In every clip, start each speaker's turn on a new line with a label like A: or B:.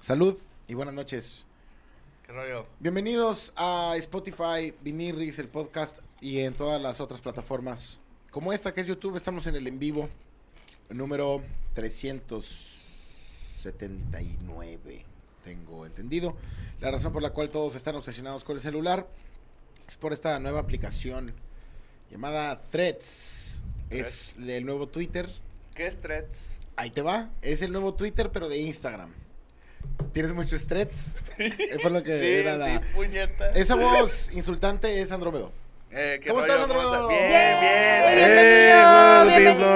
A: Salud y buenas noches.
B: ¿Qué rollo?
A: Bienvenidos a Spotify, Vinirris, el podcast y en todas las otras plataformas como esta que es YouTube. Estamos en el en vivo número 379, tengo entendido. La razón por la cual todos están obsesionados con el celular es por esta nueva aplicación llamada Threads. Es el nuevo Twitter.
B: ¿Qué es threads?
A: Ahí te va. Es el nuevo Twitter, pero de Instagram. ¿Tienes muchos threads? Es por lo que
B: sí,
A: era la...
B: sí, puñeta.
A: Esa voz insultante es Andrómedo.
B: Eh, ¿qué
A: ¿Cómo
B: rollo?
A: estás, Andrómedo?
B: ¿Cómo estás?
A: Bien.
B: Bien, bien.
C: ¡Eh!
D: Bienvenido,
C: ¡Buenos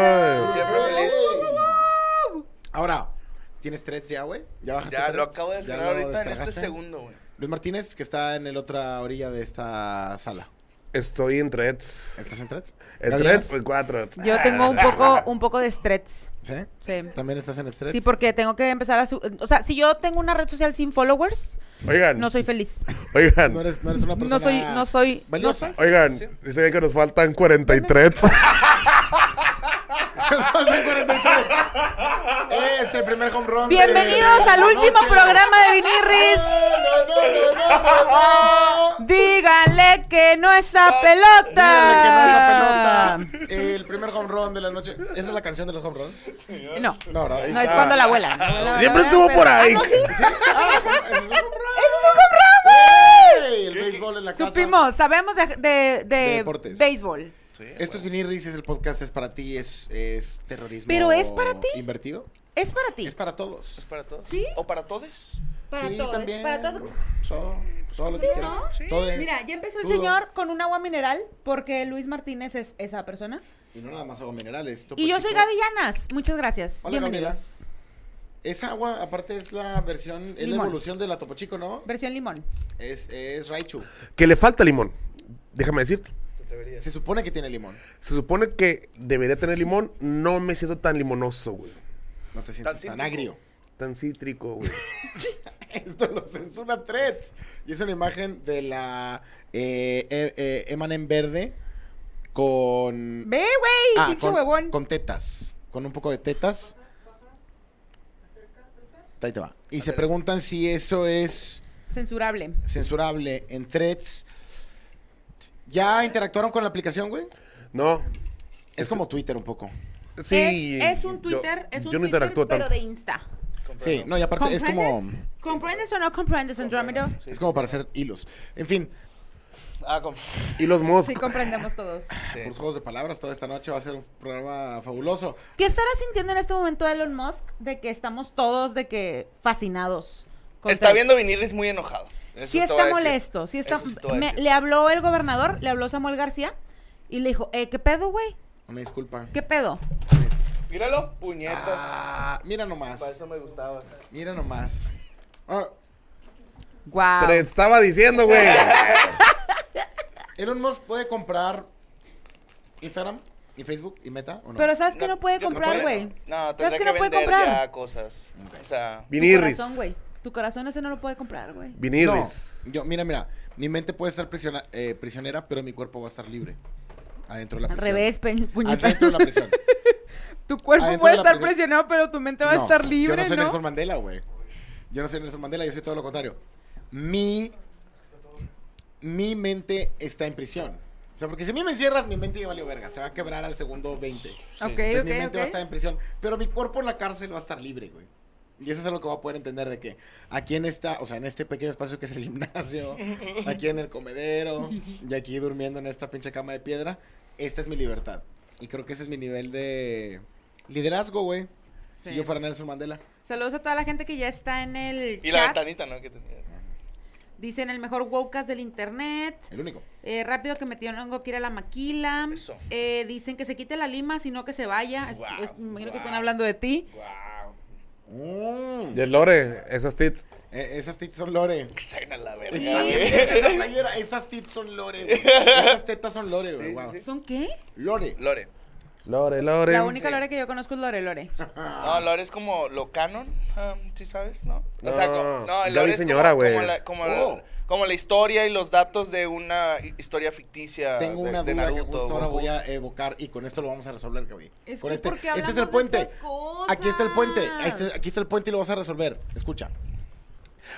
D: bienvenido.
C: días, boys!
B: Siempre feliz.
A: Ahora, ¿tienes threads ya, güey? ¿Ya bajaste
B: Ya lo
A: threads?
B: acabo de
A: ¿Ya
B: descargar
A: lo
B: ahorita en este
A: descargaste?
B: segundo, güey.
A: Luis Martínez, que está en la otra orilla de esta sala.
C: Estoy en threads.
A: ¿Estás en threads?
C: ¿En
A: ¿Gabriela?
C: threads o en cuatro?
D: Yo tengo un poco, un poco de estrés.
C: pues.
A: ¿Sí?
D: Sí.
A: ¿También estás en threads?
D: Sí, porque tengo que empezar a... su- O sea, si yo tengo una red social sin followers,
C: Oigan,
D: no soy feliz.
C: oigan,
A: No eres, no eres una persona
D: No soy... No soy... No
A: valiosa.
D: soy.
C: oigan,
B: Sí.
C: dice que nos faltan 43.
A: Faltan 43. Es el primer home run. de-
D: Bienvenidos
A: de
D: al
A: la
D: último
A: noche.
D: programa de Vinirris.
A: No, no, no, no, no, no.
D: Díganle que no es a pelota.
A: Díganle que no es la pelota. El primer home run de la noche. ¿Esa es la canción de los home runs?
D: No,
A: No, ¿verdad?
D: no es cuando la abuela. La abuela,
C: Siempre
D: la
C: estuvo
D: abuela,
C: por
D: pero-
C: ahí.
A: Ah, ese es un home run.
D: ¡Eso es un comprado, güey!
A: Ey, El béisbol en la casa.
D: Supimos, sabemos de, de, de
A: De deportes.
D: béisbol.
B: Sí,
A: Esto es
B: güey.
A: Vinirris, es el podcast, es para ti, es, es terrorismo.
D: Pero es para ti.
A: ¿Invertido?
D: Es para ti.
A: Es para todos.
B: ¿Es para todos?
D: ¿Sí?
B: ¿O para todos?
D: Para
A: Sí,
D: todos.
A: también.
D: Para todos.
A: Todo, todo lo
D: Sí,
A: que quieras.
D: ¿no?
B: Sí.
A: Todo.
D: Mira, ya empezó el
A: Todo.
D: señor con un agua mineral porque Luis Martínez es esa persona.
A: Y no nada más agua minerales. Topo
D: Y yo soy
A: Chico.
D: Gaby Llanas. Muchas gracias.
A: Hola,
D: Bienvenidos.
A: Esa agua, aparte, es la versión, es la
D: Limón.
A: evolución de la Topo Chico, ¿no?
D: Versión limón.
A: Es, es Raichu.
C: Que le falta limón. Déjame decirte.
B: Te atreverías.
A: Se supone que tiene limón.
C: Se supone que debería tener limón. No me siento tan limonoso, güey.
A: No te sientes tan
B: cítrico.
A: agrio.
C: Tan cítrico, güey.
A: Esto lo censura Threads. Y es una imagen de la eh, eh, eh, Emanem verde con...
D: Ve, güey,
A: Ah,
D: pinche
A: con-
D: huevón.
A: Con tetas. Con un poco de tetas. Ahí te va. Y se preguntan si eso es
D: Censurable.
A: censurable en threads. ¿Ya interactuaron con la aplicación, güey?
C: No.
A: Es como Twitter un poco.
C: Sí.
D: es, es un
C: yo-
D: Twitter, es un
C: yo no
D: Twitter,
C: interactúo
D: pero
C: tanto.
D: de Insta.
A: Sí, no, y aparte es como,
D: ¿Comprendes? ¿Comprendes o no comprendes, Andrómedo?
B: Comprendo.
A: es como para hacer hilos. En fin,
B: Ah, como.
C: Y los
D: Sí,
C: moscos.
D: comprendemos todos.
A: por los juegos de palabras, toda esta noche va a ser un programa fabuloso.
D: ¿Qué estará sintiendo en este momento Elon Musk de que estamos todos de que fascinados? con
B: Está
D: Threads?
B: viendo Vinirris muy enojado. Eso
D: sí
B: te voy a
D: está
B: decir.
D: molesto, sí está...
B: Eso te voy a
D: me-
B: decir.
D: le habló el gobernador, le habló Samuel García y le dijo, eh, ¿qué pedo, güey?
A: Una disculpa.
D: ¿Qué pedo?
B: Míralo, puñetas.
A: Ah, mira
B: Para
A: nomás.
B: eso me gustabas.
A: Mira nomás. Ah,
D: Guau.
C: Te estaba diciendo, güey.
A: Elon Musk puede comprar Instagram y Facebook y Meta o no?
D: Pero ¿sabes que
B: No,
D: no puede
B: yo-
D: comprar,
B: no puede.
D: güey?
B: No,
D: ¿Sabes
B: tendría que,
D: que no puede
B: vender
D: comprar?
B: ya cosas. O sea,
D: Tu
C: Vinirris.
D: corazón, güey. Tu corazón ese no lo puede comprar, güey.
A: no,
C: Vinirris.
A: yo, mira, mira, mi mente puede estar prisiona- eh, prisionera, pero mi cuerpo va a estar libre. Adentro de la
D: Al
A: prisión.
D: revés, pe- puñeta.
A: Adentro de la prisión.
D: Tu cuerpo
A: Adentro
D: puede
A: de la
D: estar
A: presión.
D: presionado, pero tu mente va a
A: No,
D: estar
A: Yo
D: libre,
A: no soy
D: ¿no?
A: Nelson Mandela, güey. Yo no soy Nelson Mandela, yo soy todo lo contrario. Mi. Mi mente está en prisión. O sea, porque si a mí me encierras, mi mente ya valió verga. Se va a quebrar al segundo 20.
D: Ok,
A: Entonces,
D: ok,
A: mi mente va a
D: ok.
A: estar en prisión. Pero mi cuerpo en la cárcel va a estar libre, güey. Y eso es algo que va a poder entender de que aquí en esta, o sea, en este pequeño espacio que es el gimnasio, aquí en el comedero y aquí durmiendo en esta pinche cama de piedra, esta es mi libertad. Y creo que ese es mi nivel de liderazgo, güey. Si
D: Sí.
A: yo fuera Nelson Mandela.
D: Saludos a toda la gente que ya está en el
B: y la
D: chat.
B: ventanita, ¿no? Que tenía.
D: Dicen el mejor wowcast del internet.
A: El único.
D: Eh, rápido que metió hongo que ir a la maquila.
B: Eso.
D: Eh, dicen que se quite la lima, sino que se vaya. Es-
B: Guau,
D: es- me imagino que
B: guau.
D: están hablando de ti.
B: Wow.
A: Mm.
C: Y el Lore, esas tits.
A: Eh, esas tits son lore.
B: Salen a la verga.
A: Está
B: güey.
A: bien, esa playera, esas tits son lore, güey. Esas tetas son lore, güey.
B: Sí,
A: wow.
B: sí, sí.
D: ¿Son qué?
A: Lore.
B: Lore.
C: Lore, Lore.
D: La única Lore que yo conozco es Lore Lore.
B: No, Lore es como lo canon, um, si sabes, ¿no?
C: No,
B: co-
C: ya
B: Lore
C: vi
B: es
C: señora,
B: como-
C: güey.
B: Como, la- como,
A: Oh.
B: como la historia y los datos de una hi- historia ficticia.
A: Tengo
B: de-
A: una
B: de
A: duda que
B: Naruto,
A: justo ahora
B: Goku.
A: voy a evocar y con esto lo vamos a resolver, Gaby.
D: Es
A: Con
D: que
A: este,
D: ¿por qué
A: este es
D: hablamos
A: el
D: de
A: puente.
D: estas cosas?
A: Aquí está el puente. Ahí está- aquí está el puente y lo vas a resolver. Escucha.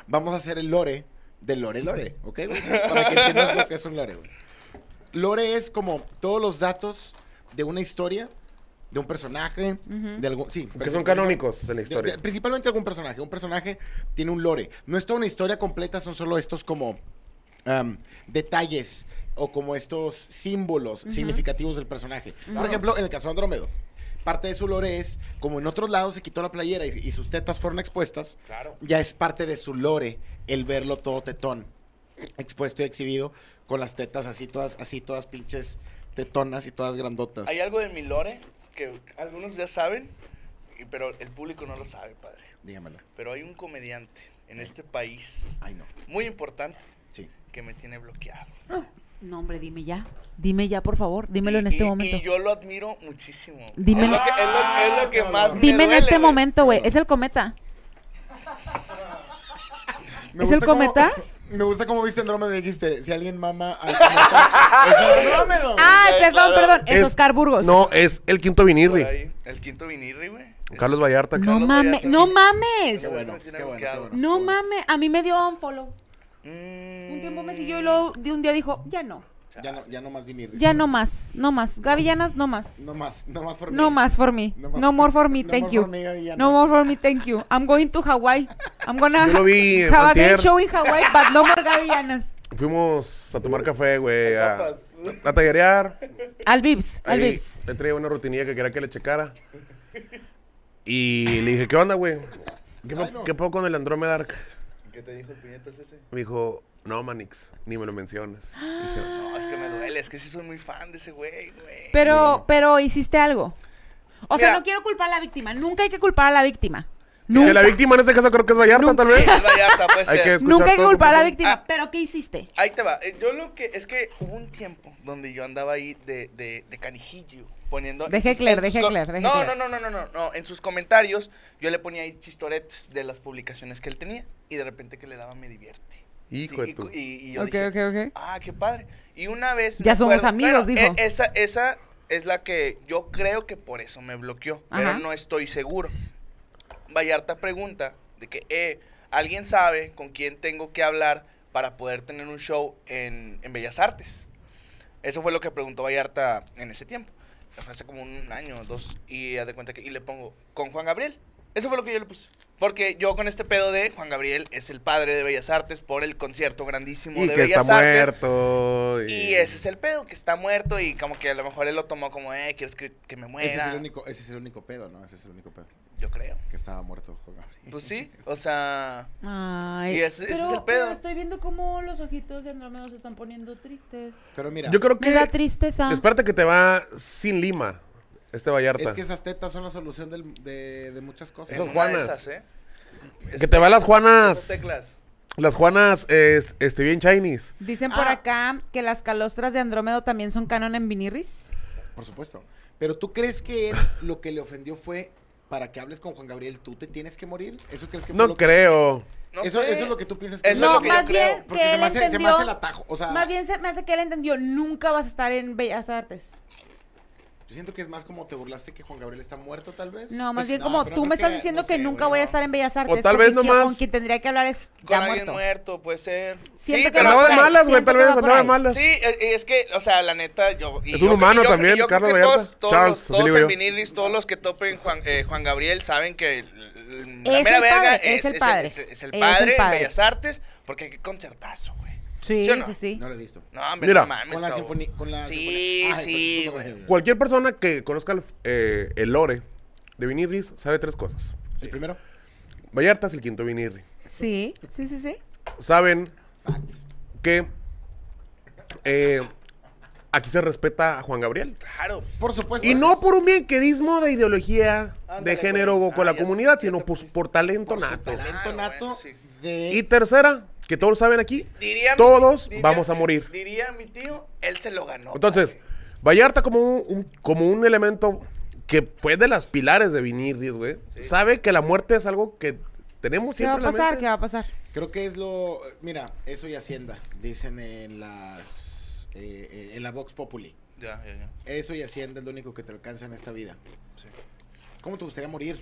A: Vamos a hacer el lore de Lore Lore, ¿ok, güey? Para que entiendas lo que es un lore, güey. Lore es como todos los datos de una historia, de un personaje, de algún... Sí,
C: Que son canónicos en la
A: de- de-
C: historia.
A: principalmente algún personaje. Un personaje tiene un lore. No es toda una historia completa, son solo estos como am, detalles o como estos símbolos significativos del personaje. Por ejemplo, en el caso de Andrómedo. Parte de su lore es, como en otros lados se quitó la playera y, y sus tetas fueron expuestas,
B: Claro.
A: ya es parte de su lore el verlo todo tetón, expuesto y exhibido, con las tetas así todas, así todas pinches tetonas y todas grandotas.
B: Hay algo de mi lore que algunos ya saben, y- pero el público no lo sabe, padre.
A: Dígamela.
B: Pero hay un comediante en este país
A: Ay, no.
B: muy importante
A: Sí.
B: que me tiene bloqueado.
D: No, hombre, dime ya. Dime ya, por favor. Dímelo en
B: Y-
D: este
B: y-
D: momento.
B: Y yo lo admiro muchísimo.
D: Dime
B: Es lo
D: en-
B: que, es lo- es lo que
A: Ah,
B: más. pues, me
D: Dime en
B: duele,
D: este
B: güey.
D: momento, güey. Es el cometa.
A: Me
D: ¿Es el
A: gusta cómo-
D: cometa?
A: me gusta cómo viste Andrómeda y dijiste, si alguien mama al cometa, pues es el Andrómedo.
D: Ah,
B: Ay,
D: perdón,
B: claro.
D: perdón. Es,
C: Es-
D: Oscar Burgos.
C: No, es el quinto
B: Por
C: vinirri.
B: ahí, El quinto vinirri, güey.
C: Carlos Vallarta.
D: No
B: Carlos
D: mames.
B: Vallarta.
D: No mames.
A: Qué bueno, qué bueno, qué bueno.
D: No mames. A mí me dio un follow.
B: Mm.
D: Un tiempo me siguió y luego de un día dijo, ya no.
A: Ya no, ya no más vinir.
D: Ya no más. No más. Gavillanas, no más.
A: No más, no más por mí.
D: No más for me.
A: No más-
D: No more for me,
A: no
D: thank
A: more
D: you.
A: for me, Gavillanas.
D: No more for me, thank you. I'm going to Hawaii. I'm gonna
C: Yo lo vi
D: have a
C: antier.
D: great show in Hawaii, but no more gavillanas.
C: Fuimos a tomar café, güey, a, a tallerear.
D: Al Vips, al
C: Ahí
D: Vips.
C: le traía una rutinilla que quería que le checara. Y le dije, ¿qué onda, güey? ¿Qué, po-
A: Ay, no.
C: qué puedo con el Andrómeda Arc?
B: ¿Qué te dijo el puñetas ese?
C: Me dijo, no, Manix, ni me lo menciones. Dije,
B: No, es que me duele, es que sí soy muy fan de ese güey, güey.
D: Pero, pero hiciste algo. O sea,
B: Mira.
D: no quiero culpar a la víctima. Nunca hay que culpar a la víctima.
C: Que la
D: Nunca,
C: víctima en este caso creo que es Vallarta, tal vez.
B: Es Vallarta, puede
C: Hay
B: ser.
C: que- escuchar
D: nunca hay que
C: todo
D: culpar a la
C: completo.
D: víctima.
B: Ah.
D: Pero ¿qué hiciste?
B: Ahí te va. eh, Yo lo que. Es que hubo un tiempo donde yo andaba ahí de, de, de canijillo. Poniendo.
D: De
B: en sus-
D: heckler,
B: en
D: de
B: sus co-
D: heckler, de
B: no,
D: heckler.
B: No, no, no, no, no, no. En sus comentarios yo le ponía ahí chistoretes de las publicaciones que él tenía. Y de repente que le daba me divierte.
C: Hijo de
B: y,
C: tu-
B: y, y yo
D: Ok,
B: dije,
D: ok, ok.
B: Ah, qué padre. Y una vez.
D: Ya
B: me
D: somos amigos,
B: bueno,
D: dijo.
B: e- Esa, esa es la que yo creo que por eso me bloqueó.
D: Ajá.
B: Pero no estoy seguro. Vallarta pregunta de que, eh, ¿alguien sabe con quién tengo que hablar para poder tener un show en, en Bellas Artes? Eso fue lo que preguntó Vallarta en ese tiempo. Fue Hace como un año o dos. Y haz de cuenta que. Y le pongo, con Juan Gabriel. Eso fue lo que yo le puse. Porque yo con este pedo de Juan Gabriel es el padre de Bellas Artes por el concierto grandísimo
C: Y
B: de
C: que
B: Bellas
C: está
B: Artes.
C: muerto.
B: Y ese es el pedo, que está muerto y como que a lo mejor él lo tomó como, eh, quieres que, que me muera.
A: Ese es, el único, ese es el único pedo, ¿no? Ese es el único pedo.
B: Yo creo.
A: Que estaba muerto Juan Gabriel.
B: Pues sí, o sea...
D: Ay,
B: Y ese- ese es
D: pero,
B: el pedo.
D: pero estoy viendo cómo los ojitos de Andrómeda se están poniendo tristes.
A: Pero mira,
C: Yo creo
D: Me da
C: que...
D: tristeza.
C: Espérate que te va sin Lima, este Vallarta.
A: es que esas tetas son la solución del- de, de muchas cosas.
B: en
C: Esas
B: una
C: Juanas.
B: de esas, ¿eh?
C: Que te va las
B: Esas
C: Juanas.
B: teclas.
C: Las Juanas, es- este, bien Chinese.
D: Dicen por
A: Ah.
D: acá que las calostras de Andrómedo también son canon en vinirris.
A: Por supuesto. Pero tú crees que él lo que le ofendió fue para que hables con Juan Gabriel, tú te tienes que morir. ¿Eso crees que fue
C: No
A: lo que-
C: creo.
B: No
A: eso,
B: sé.
A: eso es lo que tú piensas
B: Eso es
D: no,
B: lo que yo
D: más
B: creo,
D: bien
A: porque
D: que
A: se
D: él
A: me hace- se me
D: entendió.
A: hace el atajo, o sea-
D: más bien se me hace que él entendió. Nunca vas a estar en Bellas Artes.
A: Yo siento que es más como te burlaste que Juan Gabriel está muerto, tal vez.
D: No, más
A: Pues
D: bien
A: no,
D: como
A: pero
D: tú
A: creo
D: me estás diciendo
A: no
D: que
A: sé,
D: nunca
A: güey,
D: voy a
A: no.
D: estar en Bellas Artes.
C: tal vez
D: porque quien-
C: nomás-
D: Con quien tendría que hablar es
B: Con
D: ya
B: alguien
D: muerto.
B: muerto, puede ser.
D: Siento
B: Sí,
D: que
B: pero-
D: no
C: Andaba de
D: creo-
C: malas, güey,
D: siento
C: tal
D: que
C: vez
D: va por
C: andaba de
D: ahí.
C: malas.
B: Sí, eh, eh, es que, o sea, la neta, yo... y
C: Es
B: yo-
C: un humano
B: y yo-
C: también,
B: y yo creo
C: Carlos
B: que
C: Vallarta.
B: Todos, todos,
C: Charles,
B: los-
C: así
B: todos
C: le digo
B: en
C: yo.
B: vinirris, todos los que topen Juan, eh, Juan Gabriel saben que el- la
D: Es
B: mera
D: el
B: verga
D: padre, es el padre,
B: Es, es el
D: es el
B: padre en
D: padre.
B: Bellas Artes, porque qué concertazo, güey.
D: Sí,
B: ¿Sí o no?
D: sí, sí.
A: No lo he visto.
B: No, hombre,
C: Mira.
B: no mames.
A: Con la
B: cabrón.
A: sinfonía. Con la
B: Sí,
A: sinfonía- Ay,
B: sí,
A: perdón,
B: güey.
C: Cualquier persona que conozca el, eh, el lore de Vinirris sabe tres cosas.
A: El primero.
C: Vallarta es el quinto Vinirri.
D: Sí, sí, sí, sí.
C: Saben
A: Facts.
C: que eh, aquí se respeta a Juan Gabriel.
B: Claro.
A: Por supuesto.
C: Y
A: eso
C: no
A: es-
C: por un bienquedismo de ideología,
B: Ándale,
C: de género
B: güey.
C: o con
B: Ah,
C: la
B: ya-
C: comunidad,
B: ya
C: sino
B: te
C: pues
B: pusiste-
C: por talento
A: por su
C: nato.
A: talento
B: Claro,
A: nato
B: bueno, sí.
A: de.
C: Y tercera, que todos saben aquí,
B: Diría mi-
C: todos
B: diría-
C: vamos a morir.
B: Diría mi tío, él se lo ganó.
C: Entonces,
B: padre.
C: Vallarta como un, un- como un elemento que fue de las pilares de Vinirris, güey, sabe que la muerte es algo que tenemos
D: ¿Qué va a
C: siempre en la
D: pasar?
C: mente.
D: ¿Qué va a pasar?
A: Creo que es lo. Mira, eso y Hacienda. Dicen en las. eh, eh, en la Vox Populi.
B: Ya, ya, ya.
A: Eso y Hacienda es lo único que te alcanza en esta vida.
B: Sí.
A: ¿Cómo te gustaría morir?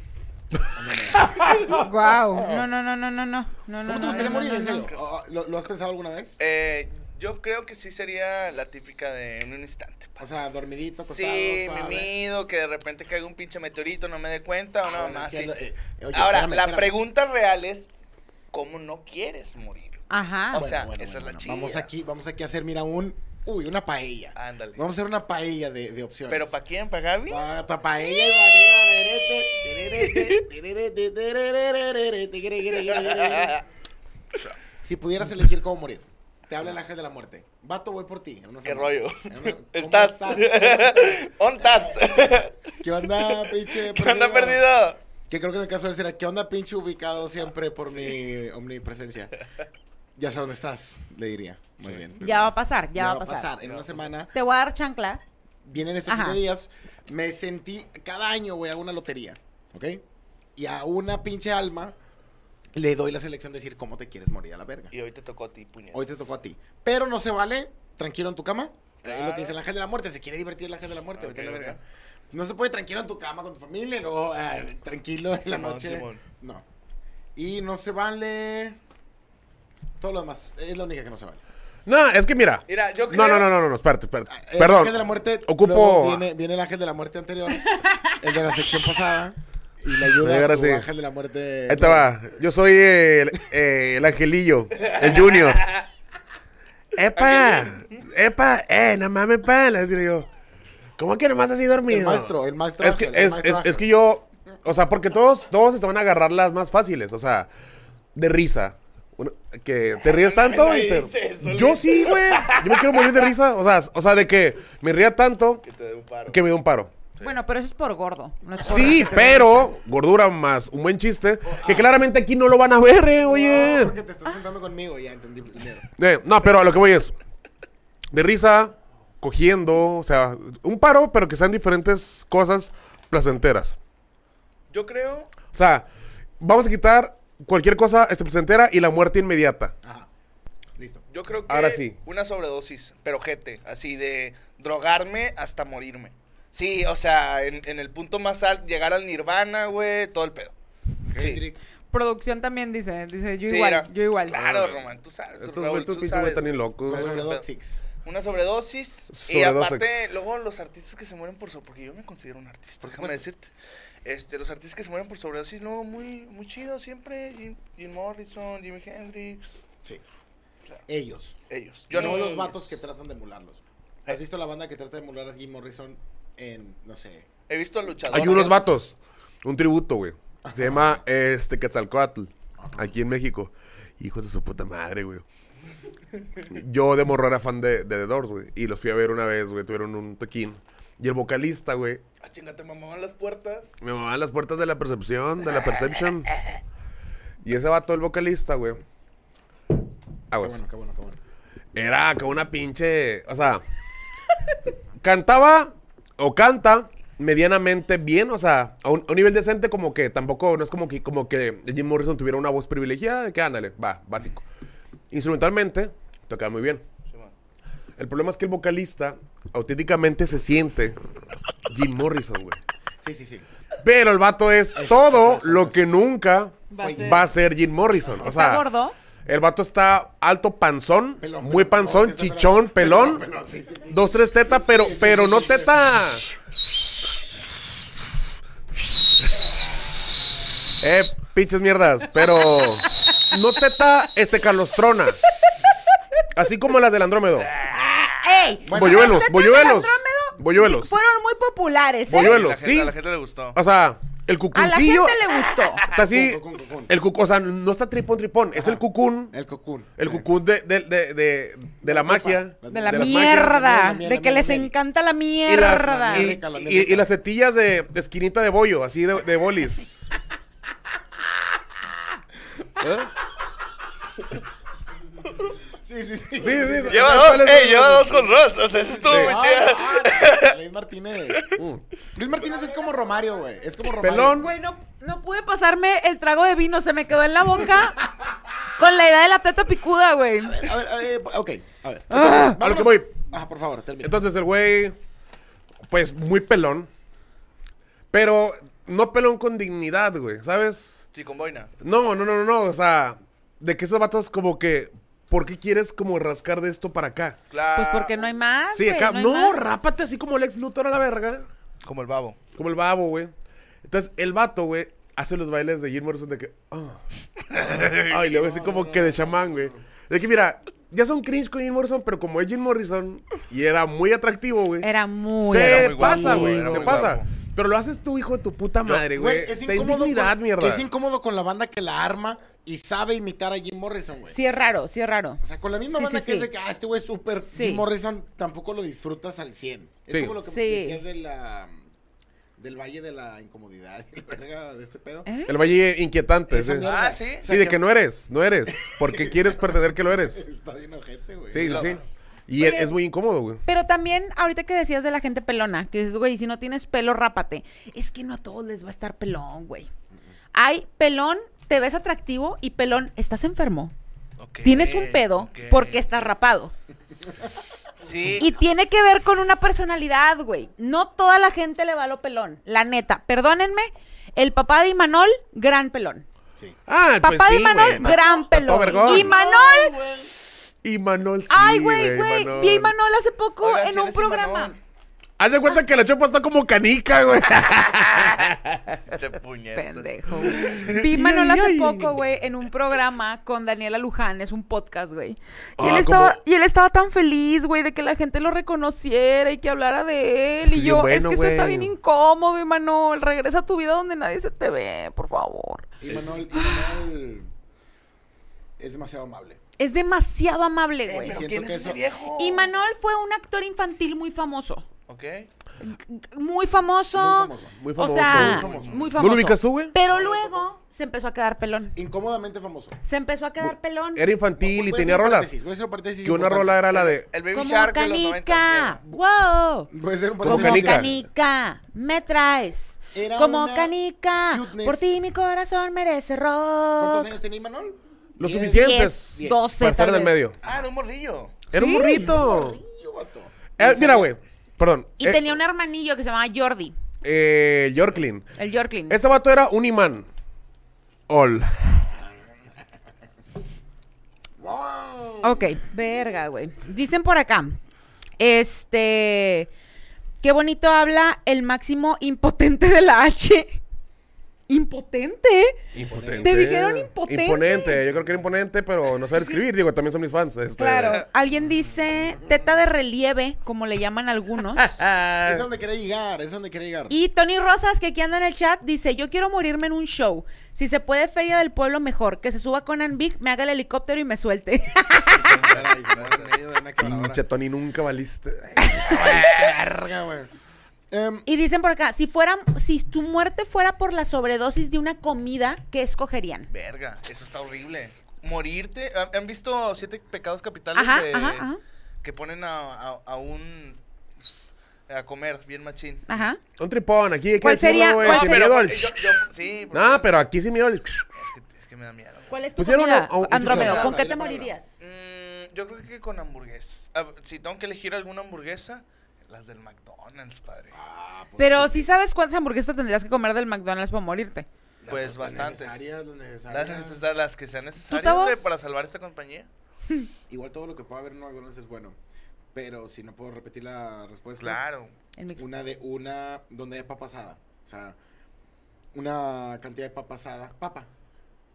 D: Guau. No, no, no, no, no, no. No, no,
A: ¿Cómo te
D: no,
A: gustaría
D: no, no,
A: morir, en
D: no,
A: serio?
D: no.
A: Ah, ah, ¿Lo, lo has pensado alguna vez?
B: Eh, yo creo que sí sería la típica de en un instante. pa.
A: O sea, dormidito, acostado,
B: Sí,
A: suave.
B: mimido, que de repente caiga un pinche meteorito, no me dé cuenta o
A: Ah,
B: nada
A: Bueno, es
B: más.
A: que lo- eh, oye,
B: Ahora,
A: espérame,
B: la
A: espérame.
B: pregunta real es, ¿cómo no quieres morir?
A: Ah,
D: Ajá.
A: Bueno,
B: O sea, Ah, esa
A: bueno,
B: es la
A: bueno.
B: chida.
A: Vamos aquí, vamos aquí a hacer, mira, un... Uy, una paella.
B: Ándale.
A: Vamos a hacer una paella de, de opciones.
B: ¿Pero para quién? ¿Para Gaby?
A: Ah, ta paella y manera, derete, tererete, tererete, terererererete, gire, gire, gire, gire. Si pudieras elegir cómo morir, te habla el ángel de la muerte. Vato, voy por ti. en una
B: ¿Qué
A: semana.
B: rollo?
A: En una- ¿Cómo
B: ¿Estás? ¿Dónde estás?
A: ¿Qué onda, pinche?
B: ¿Qué onda, perdido?
A: Que creo que en el caso de él será, ¿qué onda, pinche ubicado siempre por mi omnipresencia? Ya sé dónde estás, le diría. Muy bien.
D: Ya va a pasar, ya, va a pasar.
A: En una semana,
D: Te voy a dar chancla.
A: vienen estos
D: Ajá.
A: siete días, me sentí, cada año, güey, hago una lotería, ¿ok? Y a una pinche alma le doy la selección de decir cómo te quieres morir a la verga.
B: Y hoy te tocó a ti, puñet.
A: Hoy te tocó a ti. Pero no se vale, tranquilo en tu cama. Eh, Es lo
B: Claro.
A: que dice el ángel de la muerte, se quiere divertir el ángel de la muerte,
B: Ok,
A: vete a la
B: ok.
A: verga. No se puede tranquilo en tu cama con tu familia, luego eh, tranquilo en la
B: Simón,
A: noche.
B: Simón.
A: No. Y no se vale todo lo demás. Es la única que no se vale.
C: No, es que mira.
B: Mira, yo
C: No,
B: creo-
C: no, no, no, no, espérate, espérate.
A: Eh, El
C: Perdón.
A: ángel de la muerte. luego
C: Ocupo.
A: Viene, viene el ángel de la muerte anterior. el de la sección pasada. Y le ayuda
C: Ahora
A: a su
C: sí.
A: ángel de la muerte.
C: Ahí te va. Yo soy el, eh, el angelillo, el junior. ¡Epa! ¡Epa! ¡Eh, no mames, pa! Le decía yo. ¿Cómo que nomás así dormido?
A: El maestro, el maestro
C: Es que,
A: ángel, el
C: es,
A: maestro
C: es-
A: ángel.
C: es que yo. O sea, porque todos, todos se van a agarrar las más fáciles. O sea, de risa. Uno- que te ríes tanto y te. Yo sí, güey. Yo me quiero morir de risa. O sea, s- o sea, de que me ría tanto
B: Que te dé un paro.
C: que me dé un paro.
D: Bueno, pero eso es por gordo. no es por-
C: Sí, pero gordura más un buen chiste que claramente aquí no lo van a ver, eh, oye.
A: No, porque te estás juntando conmigo, ya entendí el miedo.
C: Eh, no, pero a lo que voy es de risa, cogiendo, o sea, un paro, pero que sean diferentes cosas placenteras.
B: Yo creo...
C: O sea, vamos a quitar cualquier cosa este, placentera y la muerte inmediata.
A: Ajá. Listo.
B: Yo creo que
C: Ahora sí.
B: una sobredosis, pero jete, así de drogarme hasta morirme. Sí, o sea, en, en el punto más alto, llegar al nirvana, güey, todo el pedo. Sí,
A: Kendrick,
D: Producción también dice, dice yo
B: Sí,
D: igual,
B: era-
D: yo igual.
B: Claro, Román, tú sabes. tú,
C: Estos
B: Raúl,
C: güey- estos
B: tú
C: pinches
B: sabes.
C: güey están bien locos.
A: los
C: güey.
A: Sobredosis.
B: Una sobredosis. Y
C: Sobredosis.
B: aparte, luego los artistas que se mueren por sobredosis, porque yo me considero un artista, déjame decirte. Este, los artistas que se mueren por sobredosis, no, muy, muy chido siempre. Jim, Jim Morrison, Jimi Hendrix,
A: Sí. Ellos.
B: ellos.
A: Yo
B: Yo
A: no
B: no.
A: los vatos que tratan de emularlos. ¿Has visto la banda que trata de emular a Jim Morrison en, no sé?
B: He visto a luchadores.
C: Hay unos vatos, un tributo, güey. Se llama este Quetzalcoatl, aquí en México. Hijos de su puta madre, güey. Yo de morro era fan de, de The Doors, güey. Y los fui a ver una vez, güey. Tuvieron un toquín. Y el vocalista, güey,
B: Ah, chinga, te mamaban las puertas.
C: me mamaban las puertas de la percepción, de la perception. Y ese vato, el vocalista, güey.
A: Qué
C: Aguas.
A: bueno, qué bueno, qué bueno.
C: Era como una pinche. O sea. cantaba o canta medianamente bien, o sea, a un, a un nivel decente, como que tampoco. No es como que, como que Jim Morrison tuviera una voz privilegiada, de que ándale, va, básico. Instrumentalmente, tocaba muy bien.
B: man.
C: El problema es que el vocalista auténticamente se siente Jim Morrison, güey.
A: Sí, sí, sí.
C: Pero el vato es
A: Eso,
C: todo
A: eso, eso,
C: lo
A: eso.
C: que nunca
D: Va a
C: fue-
D: ser.
C: va a ser Jim Morrison. O
D: ¿Está
C: sea,
D: gordo?
C: el vato está alto panzón,
A: Pelón,
C: muy
A: pelón,
C: panzón,
A: pelón,
C: chichón, pelón,
A: pelón, pelón, sí, sí, sí.
C: dos, tres tetas, pero, pero no teta. Eh, pinches mierdas, pero no teta este Carlostrona. Así como las del Andrómedo.
D: ¡Ey!
C: Boyuelos,
D: Las tetas
C: boyuelos,
D: del Andrómedo
C: boyuelos.
D: Fueron muy populares, ¿eh?
C: Boyuelos.
B: La gente-
C: sí.
B: A la gente le gustó.
C: O sea, el
D: A la
C: cucuncillo.
D: gente le gustó.
C: Está así.
A: Cucún, cucún, cucún.
C: El cucún, o sea, no está tripón, tripón. Es el cucún.
A: El cocoon.
C: El cucún de, de, de, de, de la
A: La
C: magia.
A: culpa.
D: De la
C: de las
D: mierda,
A: magias.
D: de que les encanta la
C: Y las,
D: mierda.
C: y,
A: Rica, la
C: y-
A: neta.
C: y las tetillas de, de esquinita de bollo, así de, de bolis. ¿Eh?
A: Sí, sí, sí.
C: Sí, sí, sí.
B: Lleva
C: ¿Cuál
B: dos,
C: es el-
B: ey, lleva dos con Ross. O sea, eso estuvo muy chido.
A: Ah, ah, Luis Martínez. Uh. Luis Martínez es como Romario, güey. Es como Romario.
C: Pelón.
D: Güey, no, no pude pasarme el trago de vino, se me quedó en la boca con la idea de la teta picuda, güey. Pues
A: A ver, a ver, ok, a ver.
D: Ah.
C: A lo que voy.
A: Ah, por favor, termina.
C: Entonces el güey, pues muy pelón. Pero no pelón con dignidad, güey, ¿sabes?
B: Sí, con boina.
C: No, no, no, no, no, o sea, de que esos vatos como que, ¿por qué quieres como rascar de esto para acá?
B: Claro.
D: Pues porque no hay más.
C: Sí,
D: güey,
C: acá,
D: hay
C: no,
D: más.
C: rápate así como Lex Luthor a la verga,
B: Como el babo.
C: como el babo, güey. Entonces, el vato, güey, hace los bailes de Jim Morrison de que, ah, Ay, luego así como que de chamán, güey. De que mira, ya son cringe con Jim Morrison, pero como es Jim Morrison y era muy atractivo, güey.
D: Era muy.
C: se
B: Era muy guapo,
C: pasa,
B: güey,
C: güey.
B: era
C: Se
B: muy
C: pasa.
B: guapo.
C: Pero lo haces tú, hijo de tu puta madre, güey.
A: Güey, es
C: Te
A: incómodo
C: indignidad,
A: con,
C: mierda.
A: Es incómodo con la banda que la arma y sabe imitar a Jim Morrison, güey.
D: Sí, es raro, sí es raro.
A: O sea, con la misma
D: Sí,
A: banda
D: sí,
A: que
D: sí.
A: es de que, ah, este güey es súper
D: Sí.
A: Jim Morrison, tampoco lo disfrutas al 100. Es
C: Sí.
A: como lo que
D: Sí.
A: decías de la, del Valle de la Incomodidad y la verga de este pedo.
C: El valle inquietante,
A: Esa
C: sí.
A: mierda.
B: Ah, sí.
C: Sí, de que no eres, no eres. Porque quieres pretender que lo eres.
A: Está bien ojete, güey.
C: Sí, sí,
B: Claro.
C: sí. Y
D: Oye.
C: es muy incómodo, güey.
D: Pero también, ahorita que decías de la gente pelona, que dices, güey, si no tienes pelo, rápate. Es que no a todos les va a estar pelón, güey. Hay pelón, te ves atractivo y pelón, estás enfermo.
B: Ok,
D: Tienes un pedo
B: ok.
D: porque estás rapado.
B: Sí.
D: Y tiene que ver con una personalidad, güey. No toda la gente le va a lo pelón. La neta, perdónenme, el papá de Imanol, gran pelón.
A: Sí.
C: Ah,
D: Papá
C: pues sí,
D: de Imanol,
C: güey.
D: gran
C: Papá
D: pelón.
C: Vergón.
D: Imanol,
C: Imanol, sí,
D: ay, güey, güey. Vi a Imanol hace poco
B: Oiga,
D: en
B: ¿quién
D: un
B: es
D: programa.
B: Imanol?
C: Haz de cuenta que la chopa está como
D: Ah,
C: canica, güey.
B: Che puñeta.
D: Pendejo. güey. Vi Manuel hace poco, güey, en un programa con Daniela Luján, es un podcast, güey. Y,
C: Ah,
D: él
C: ¿cómo?
D: estaba, y él estaba tan feliz, güey, de que la gente lo reconociera y que hablara de él.
C: Es
D: Y
C: que
D: yo,
C: es bien
D: es que
C: Pues bueno,
D: esto está
C: güey.
D: bien incómodo, Manuel. Regresa a tu vida donde nadie se te ve, por favor.
A: Y Manuel, y Manuel es demasiado amable.
D: Es demasiado amable,
B: Eh,
D: güey.
B: pero
A: siento
B: ¿quién es
A: que
B: ese
A: eso-
B: viejo?
D: Y Manuel fue un actor infantil muy famoso.
B: Ok.
D: Muy famoso.
C: Muy
D: O
C: famoso.
D: sea,
C: güey.
D: muy
C: ¿No lo
D: famoso.
C: ubicas tú, güey?
D: Pero luego se empezó a quedar pelón.
A: Incómodamente famoso.
D: Se empezó a quedar pelón. pues,
C: Era
A: Voy
C: infantil
A: a
C: y
A: hacer
C: tenía
A: un
C: rolas.
A: paréntesis, Voy a hacer un paréntesis
C: Que una
A: importante.
C: rola era la de.
B: El Baby
D: Como
B: Shark de los 90.
D: canica. Wow.
A: Voy a hacer un
C: Como
D: Como
A: paréntesis.
D: canica.
C: canica.
D: me traes.
A: Era
D: Como
A: una
D: canica.
A: cuteness.
D: Por ti mi corazón merece
A: ¿Cuántos
D: rock.
A: años tenía Manuel?
C: Lo
A: Diez.
C: suficientes.
D: Diez,
C: para
D: doce,
C: estar
D: tal
C: en el
D: vez.
C: medio.
B: Ah, era un morrillo.
C: Era un
D: Sí.
C: burrito.
A: Morrillo, vato.
C: Eh, mira, güey. Perdón.
D: Y
C: Eh,
D: tenía un hermanillo que se llamaba Jordi,
C: Eh, Yorklin.
D: el Yorklin.
C: Ese vato era un imán. All.
A: Wow.
D: Ok, verga, güey. Dicen por acá. Este. Qué bonito habla el máximo impotente de la H. ¿Impotente?
C: Impotente.
D: Te dijeron impotente.
C: Imponente. Yo creo que era imponente, pero no sabe escribir. Digo, también son mis fans. este.
A: Eh.
D: Claro. Alguien dice teta de relieve, como le llaman algunos.
C: Ah.
A: Es donde quería llegar, es donde quería llegar.
D: Y Tony Rosas, que aquí anda en el chat, dice: Yo quiero morirme en un show. Si se puede, Feria del Pueblo, mejor. Que se suba Conan Big, me haga el helicóptero y me suelte.
A: Caray, se muere en medio de una quebradora.
C: Pinche Tony, nunca valiste.
A: Verga, güey. Em,
D: y dicen por acá: si, fuera, si tu muerte fuera por la sobredosis de una comida, ¿qué escogerían?
B: Verga, eso está horrible. Morirte. ¿Han- ¿Han visto Siete Pecados Capitales?
D: Ajá,
B: de-
D: ajá, ajá.
B: Que ponen a, a- a un. a comer, bien machín.
D: Ajá.
A: Pues,
C: Un tripón. Aquí hay que
D: ¿Cuál
C: decirlo,
D: sería-
C: güey,
D: cuál
C: sin
D: sería-
C: miedo al-
B: yo- yo- sí, porque-
C: No, pero aquí sin miedo al-
B: Es que, es que me da miedo.
D: ¿Cuál es tu
C: Pusieron
D: comida,
C: a- a un
D: Andrómedo?
A: chicharrón.
D: ¿Con qué te
A: Dile palabra.
D: morirías?
B: Mm, yo creo que con hamburguesas. A ver, si tengo que elegir alguna hamburguesa, las del McDonald's, padre.
A: ah, pues,
D: Pero si sabes cuántas hamburguesas tendrías que comer del McDonald's para morirte.
A: las-
B: pues
A: las
B: bastantes.
A: necesarias, las
B: Las,
A: necesarias.
B: neces- las que sean necesarias
D: Tavo?
B: güey, para salvar esta compañía.
A: Igual todo lo que pueda haber en un McDonald's es bueno. Pero si no puedo repetir la respuesta.
B: Claro.
D: El micro-
A: Una de una donde hay papa asada. O sea, una cantidad de papa asada. Papa.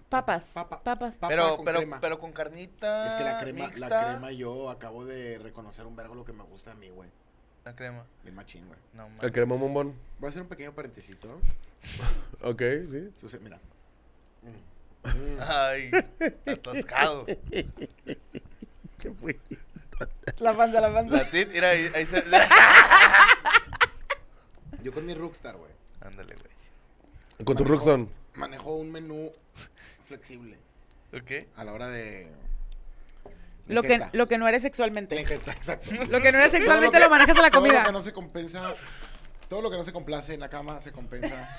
D: Papas.
A: Papa.
D: Papas.
A: Papa
B: pero,
A: con
B: pero,
A: crema.
B: pero con carnita.
A: es que la crema,
B: mixta.
A: la crema yo acabo de reconocer un vergo lo que me gusta a mí, güey.
B: La crema.
A: Bien machín, güey.
B: No mames.
C: El crema bombón.
A: Voy a hacer un pequeño paréntesito.
C: Ok, sí.
A: Entonces, mira.
B: Ay, atascado.
D: La banda, la banda.
B: La tit, mira, ahí, ahí se.
A: Yo con mi Rockstar, güey.
B: Ándale, güey.
C: Con tu
A: manejo-
C: Ruxon.
A: Manejo un menú flexible
B: ¿Ok?
A: a la hora de. la
D: Lo que,
A: ingesta.
D: lo que no eres
A: La
D: sexualmente.
A: ingesta, exacto.
D: Lo que no eres sexualmente
A: Todo
D: lo manejas a la
A: Todo
D: comida.
A: lo que no se compensa. Todo lo que no se complace en la cama se compensa.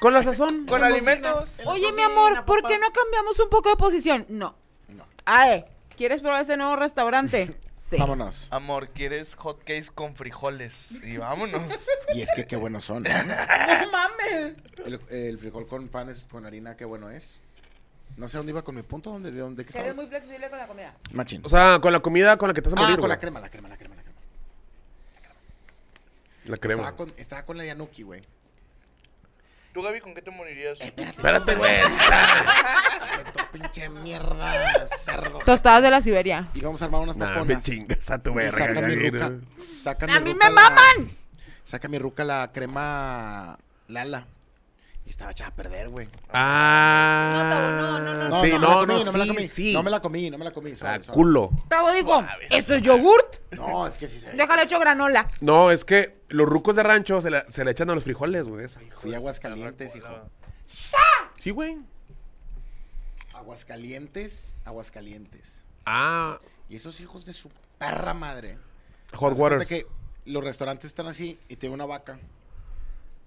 C: Con la sazón.
B: Con
A: la
B: alimentos.
A: cocina.
D: Oye, mi
A: cocina,
D: amor, ¿por
A: papá.
D: qué no cambiamos un poco de posición? No.
A: No.
D: Ae, ¿quieres probar ese nuevo restaurante? Sí.
A: Vámonos.
B: Amor, ¿quieres hot cakes con frijoles? Y vámonos.
A: Y es que qué buenos son.
D: No mames.
A: El, el frijol con pan es con harina, qué bueno es. No sé dónde iba con mi punto, dónde, de dónde, qué
D: Eres
A: estaba.
D: muy flexible con la comida.
A: Machín.
C: O sea, con la comida con la que te vas a
A: ah,
C: morir,
A: con la
C: güey.
A: crema, la crema, la crema, la crema.
C: La crema.
A: Estaba con, estaba con la Yanuki, güey.
B: ¿Tú, Gaby, con qué te morirías?
A: Eh,
C: Espérate, güey.
A: Tu pinche mierda, cerdo.
D: Tostadas de la Siberia.
A: Y vamos a armar unas
C: Nah,
A: paponas.
C: me chingas a tu
A: Y
C: verga,
A: saca mi
C: Gabriela.
A: ruca. Saca mi
D: ¡A mí
A: ruca
D: me maman!
A: La, saca mi ruca la crema Lala. Y estaba echada a perder, güey.
C: Ah.
D: No, no, no,
C: Sí,
A: me la
C: no,
A: comí,
C: no,
A: me la
C: sí,
A: comí.
C: sí.
A: No me la comí, no me la comí. suave,
C: Ah,
A: suave.
C: culo.
D: Tavo dijo,
B: Suave,
D: ¿esto es yogurt?
A: No, es que sí se ve.
D: Déjalo hecho granola.
C: No, es que los rucos de rancho se la, se la echan a los frijoles, güey. esa.
A: Fui a Aguascalientes, hijo.
C: Sí, güey.
A: Aguascalientes, Aguascalientes.
C: Ah,
A: Y esos hijos de su perra madre.
C: hot
A: Haz cuenta
C: waters.
A: que los restaurantes están así y tiene una vaca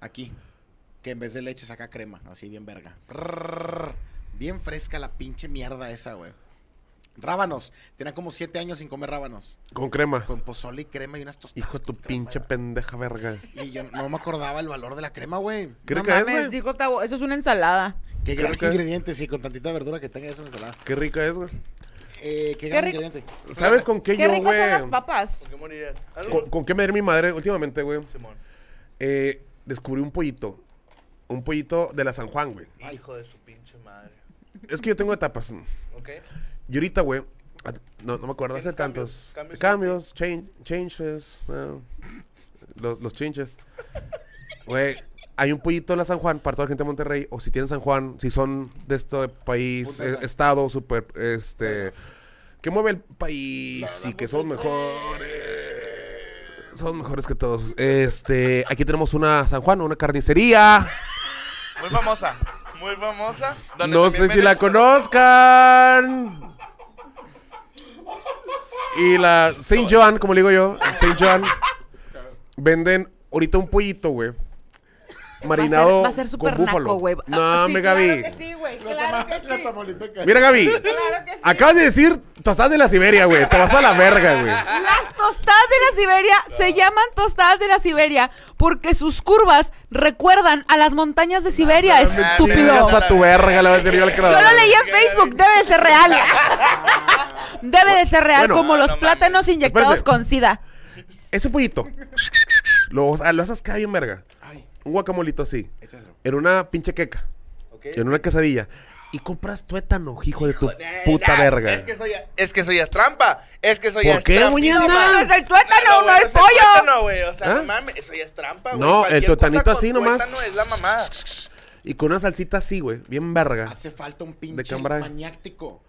A: aquí que en vez de leche saca crema, así bien verga. Prrrr, bien fresca la pinche mierda esa, güey. Rábanos. Tenía como siete años sin comer rábanos.
C: Con crema.
A: Con pozole y crema y unas tostadas.
C: Hijo de tu
A: con crema,
C: pinche pendeja verga.
A: güey. Y yo no me acordaba el valor de la crema, güey.
C: ¿Qué
D: No
C: rica es,
D: mames,
C: güey?
D: dijo Tavo, eso es una ensalada.
A: Qué gran
C: que-
A: ingrediente, sí, con tantita verdura que tenga eso en ensalada.
C: Qué rica es, güey.
A: Eh, qué gran
D: rico.
A: ingrediente.
C: ¿Sabes con qué,
D: Qué
C: yo,
D: ricas son las
C: güey?
D: papas.
B: ¿Con qué morirías? ¿Algo?
C: Con, con qué me dio mi madre últimamente, güey.
B: Simón.
C: Eh, descubrí un pollito. Un pollito de la San Juan, güey.
B: Hijo de su pinche madre.
C: Es que yo tengo etapas.
B: ¿Ok?
C: Y ahorita, güey, a- no, no me acuerdo, hace
B: ¿Tienes cambios?
C: tantos
B: ¿Cambios?
C: cambios, chan- changes, eh, los, los chinches. Güey, hay un pollito en la San Juan para toda la gente de Monterrey, o si tienen San Juan, si son de este país,
A: Punta
C: eh,
A: Cana.
C: estado, super, este, que mueve el país y que son mejores. Son mejores que todos. Este, aquí tenemos una San Juan, una carnicería.
B: Muy famosa. Muy famosa. donde
C: No sé
B: también
C: si la
B: venden-
C: conozcan. Y la Saint John, como le digo yo, Saint John, venden ahorita un pollito, güey. Marinado
D: va a ser
C: con
D: súper
C: búfalo.
D: naco, güey. Ah,
C: No,
D: Sí,
C: me
D: claro
C: Gaby.
D: que sí, güey, claro que
A: La
D: sí.
A: tamaulipeca.
C: Mira, Gaby.
D: Claro que sí.
C: Acabas de decir tostadas de la Siberia, güey. Te vas a la verga, güey.
D: Las tostadas de la Siberia se llaman tostadas de la Siberia porque sus curvas recuerdan a las montañas de Siberia, estúpido.
C: Chingas a tu verga, le voy a decir yo al
D: Yo
C: creador.
D: lo leí en Facebook, debe de ser real. Debe de ser real
C: Bueno,
D: como los
B: no mames.
D: plátanos inyectados
C: Espérate.
D: con sida.
C: Ese pollito. Lo, lo haces cada bien verga.
A: Ay,
C: Un guacamolito así.
A: échaselo.
C: En una pinche queca.
B: ¿Ok?
C: En una quesadilla. Y compras tuétano, hijo de tu puta verga.
B: Es que soy, es que soy trampa. Es que soy
C: ¿Por qué,
B: trampísima.
C: muñeca?
D: No, es el tuétano, no
B: güey,
D: el
B: es el
D: pollo.
B: tuétano, güey. O sea,
C: ¿Ah?
B: no mames, eso ya es trampa, güey.
C: No, el
B: Cualquier
C: tuetanito
B: cosa
C: así
B: con
C: nomás.
B: tuétano es la mamada.
C: Y con una salsita así, güey. Bien verga.
A: Hace falta un pinche
C: cambray.
A: maniático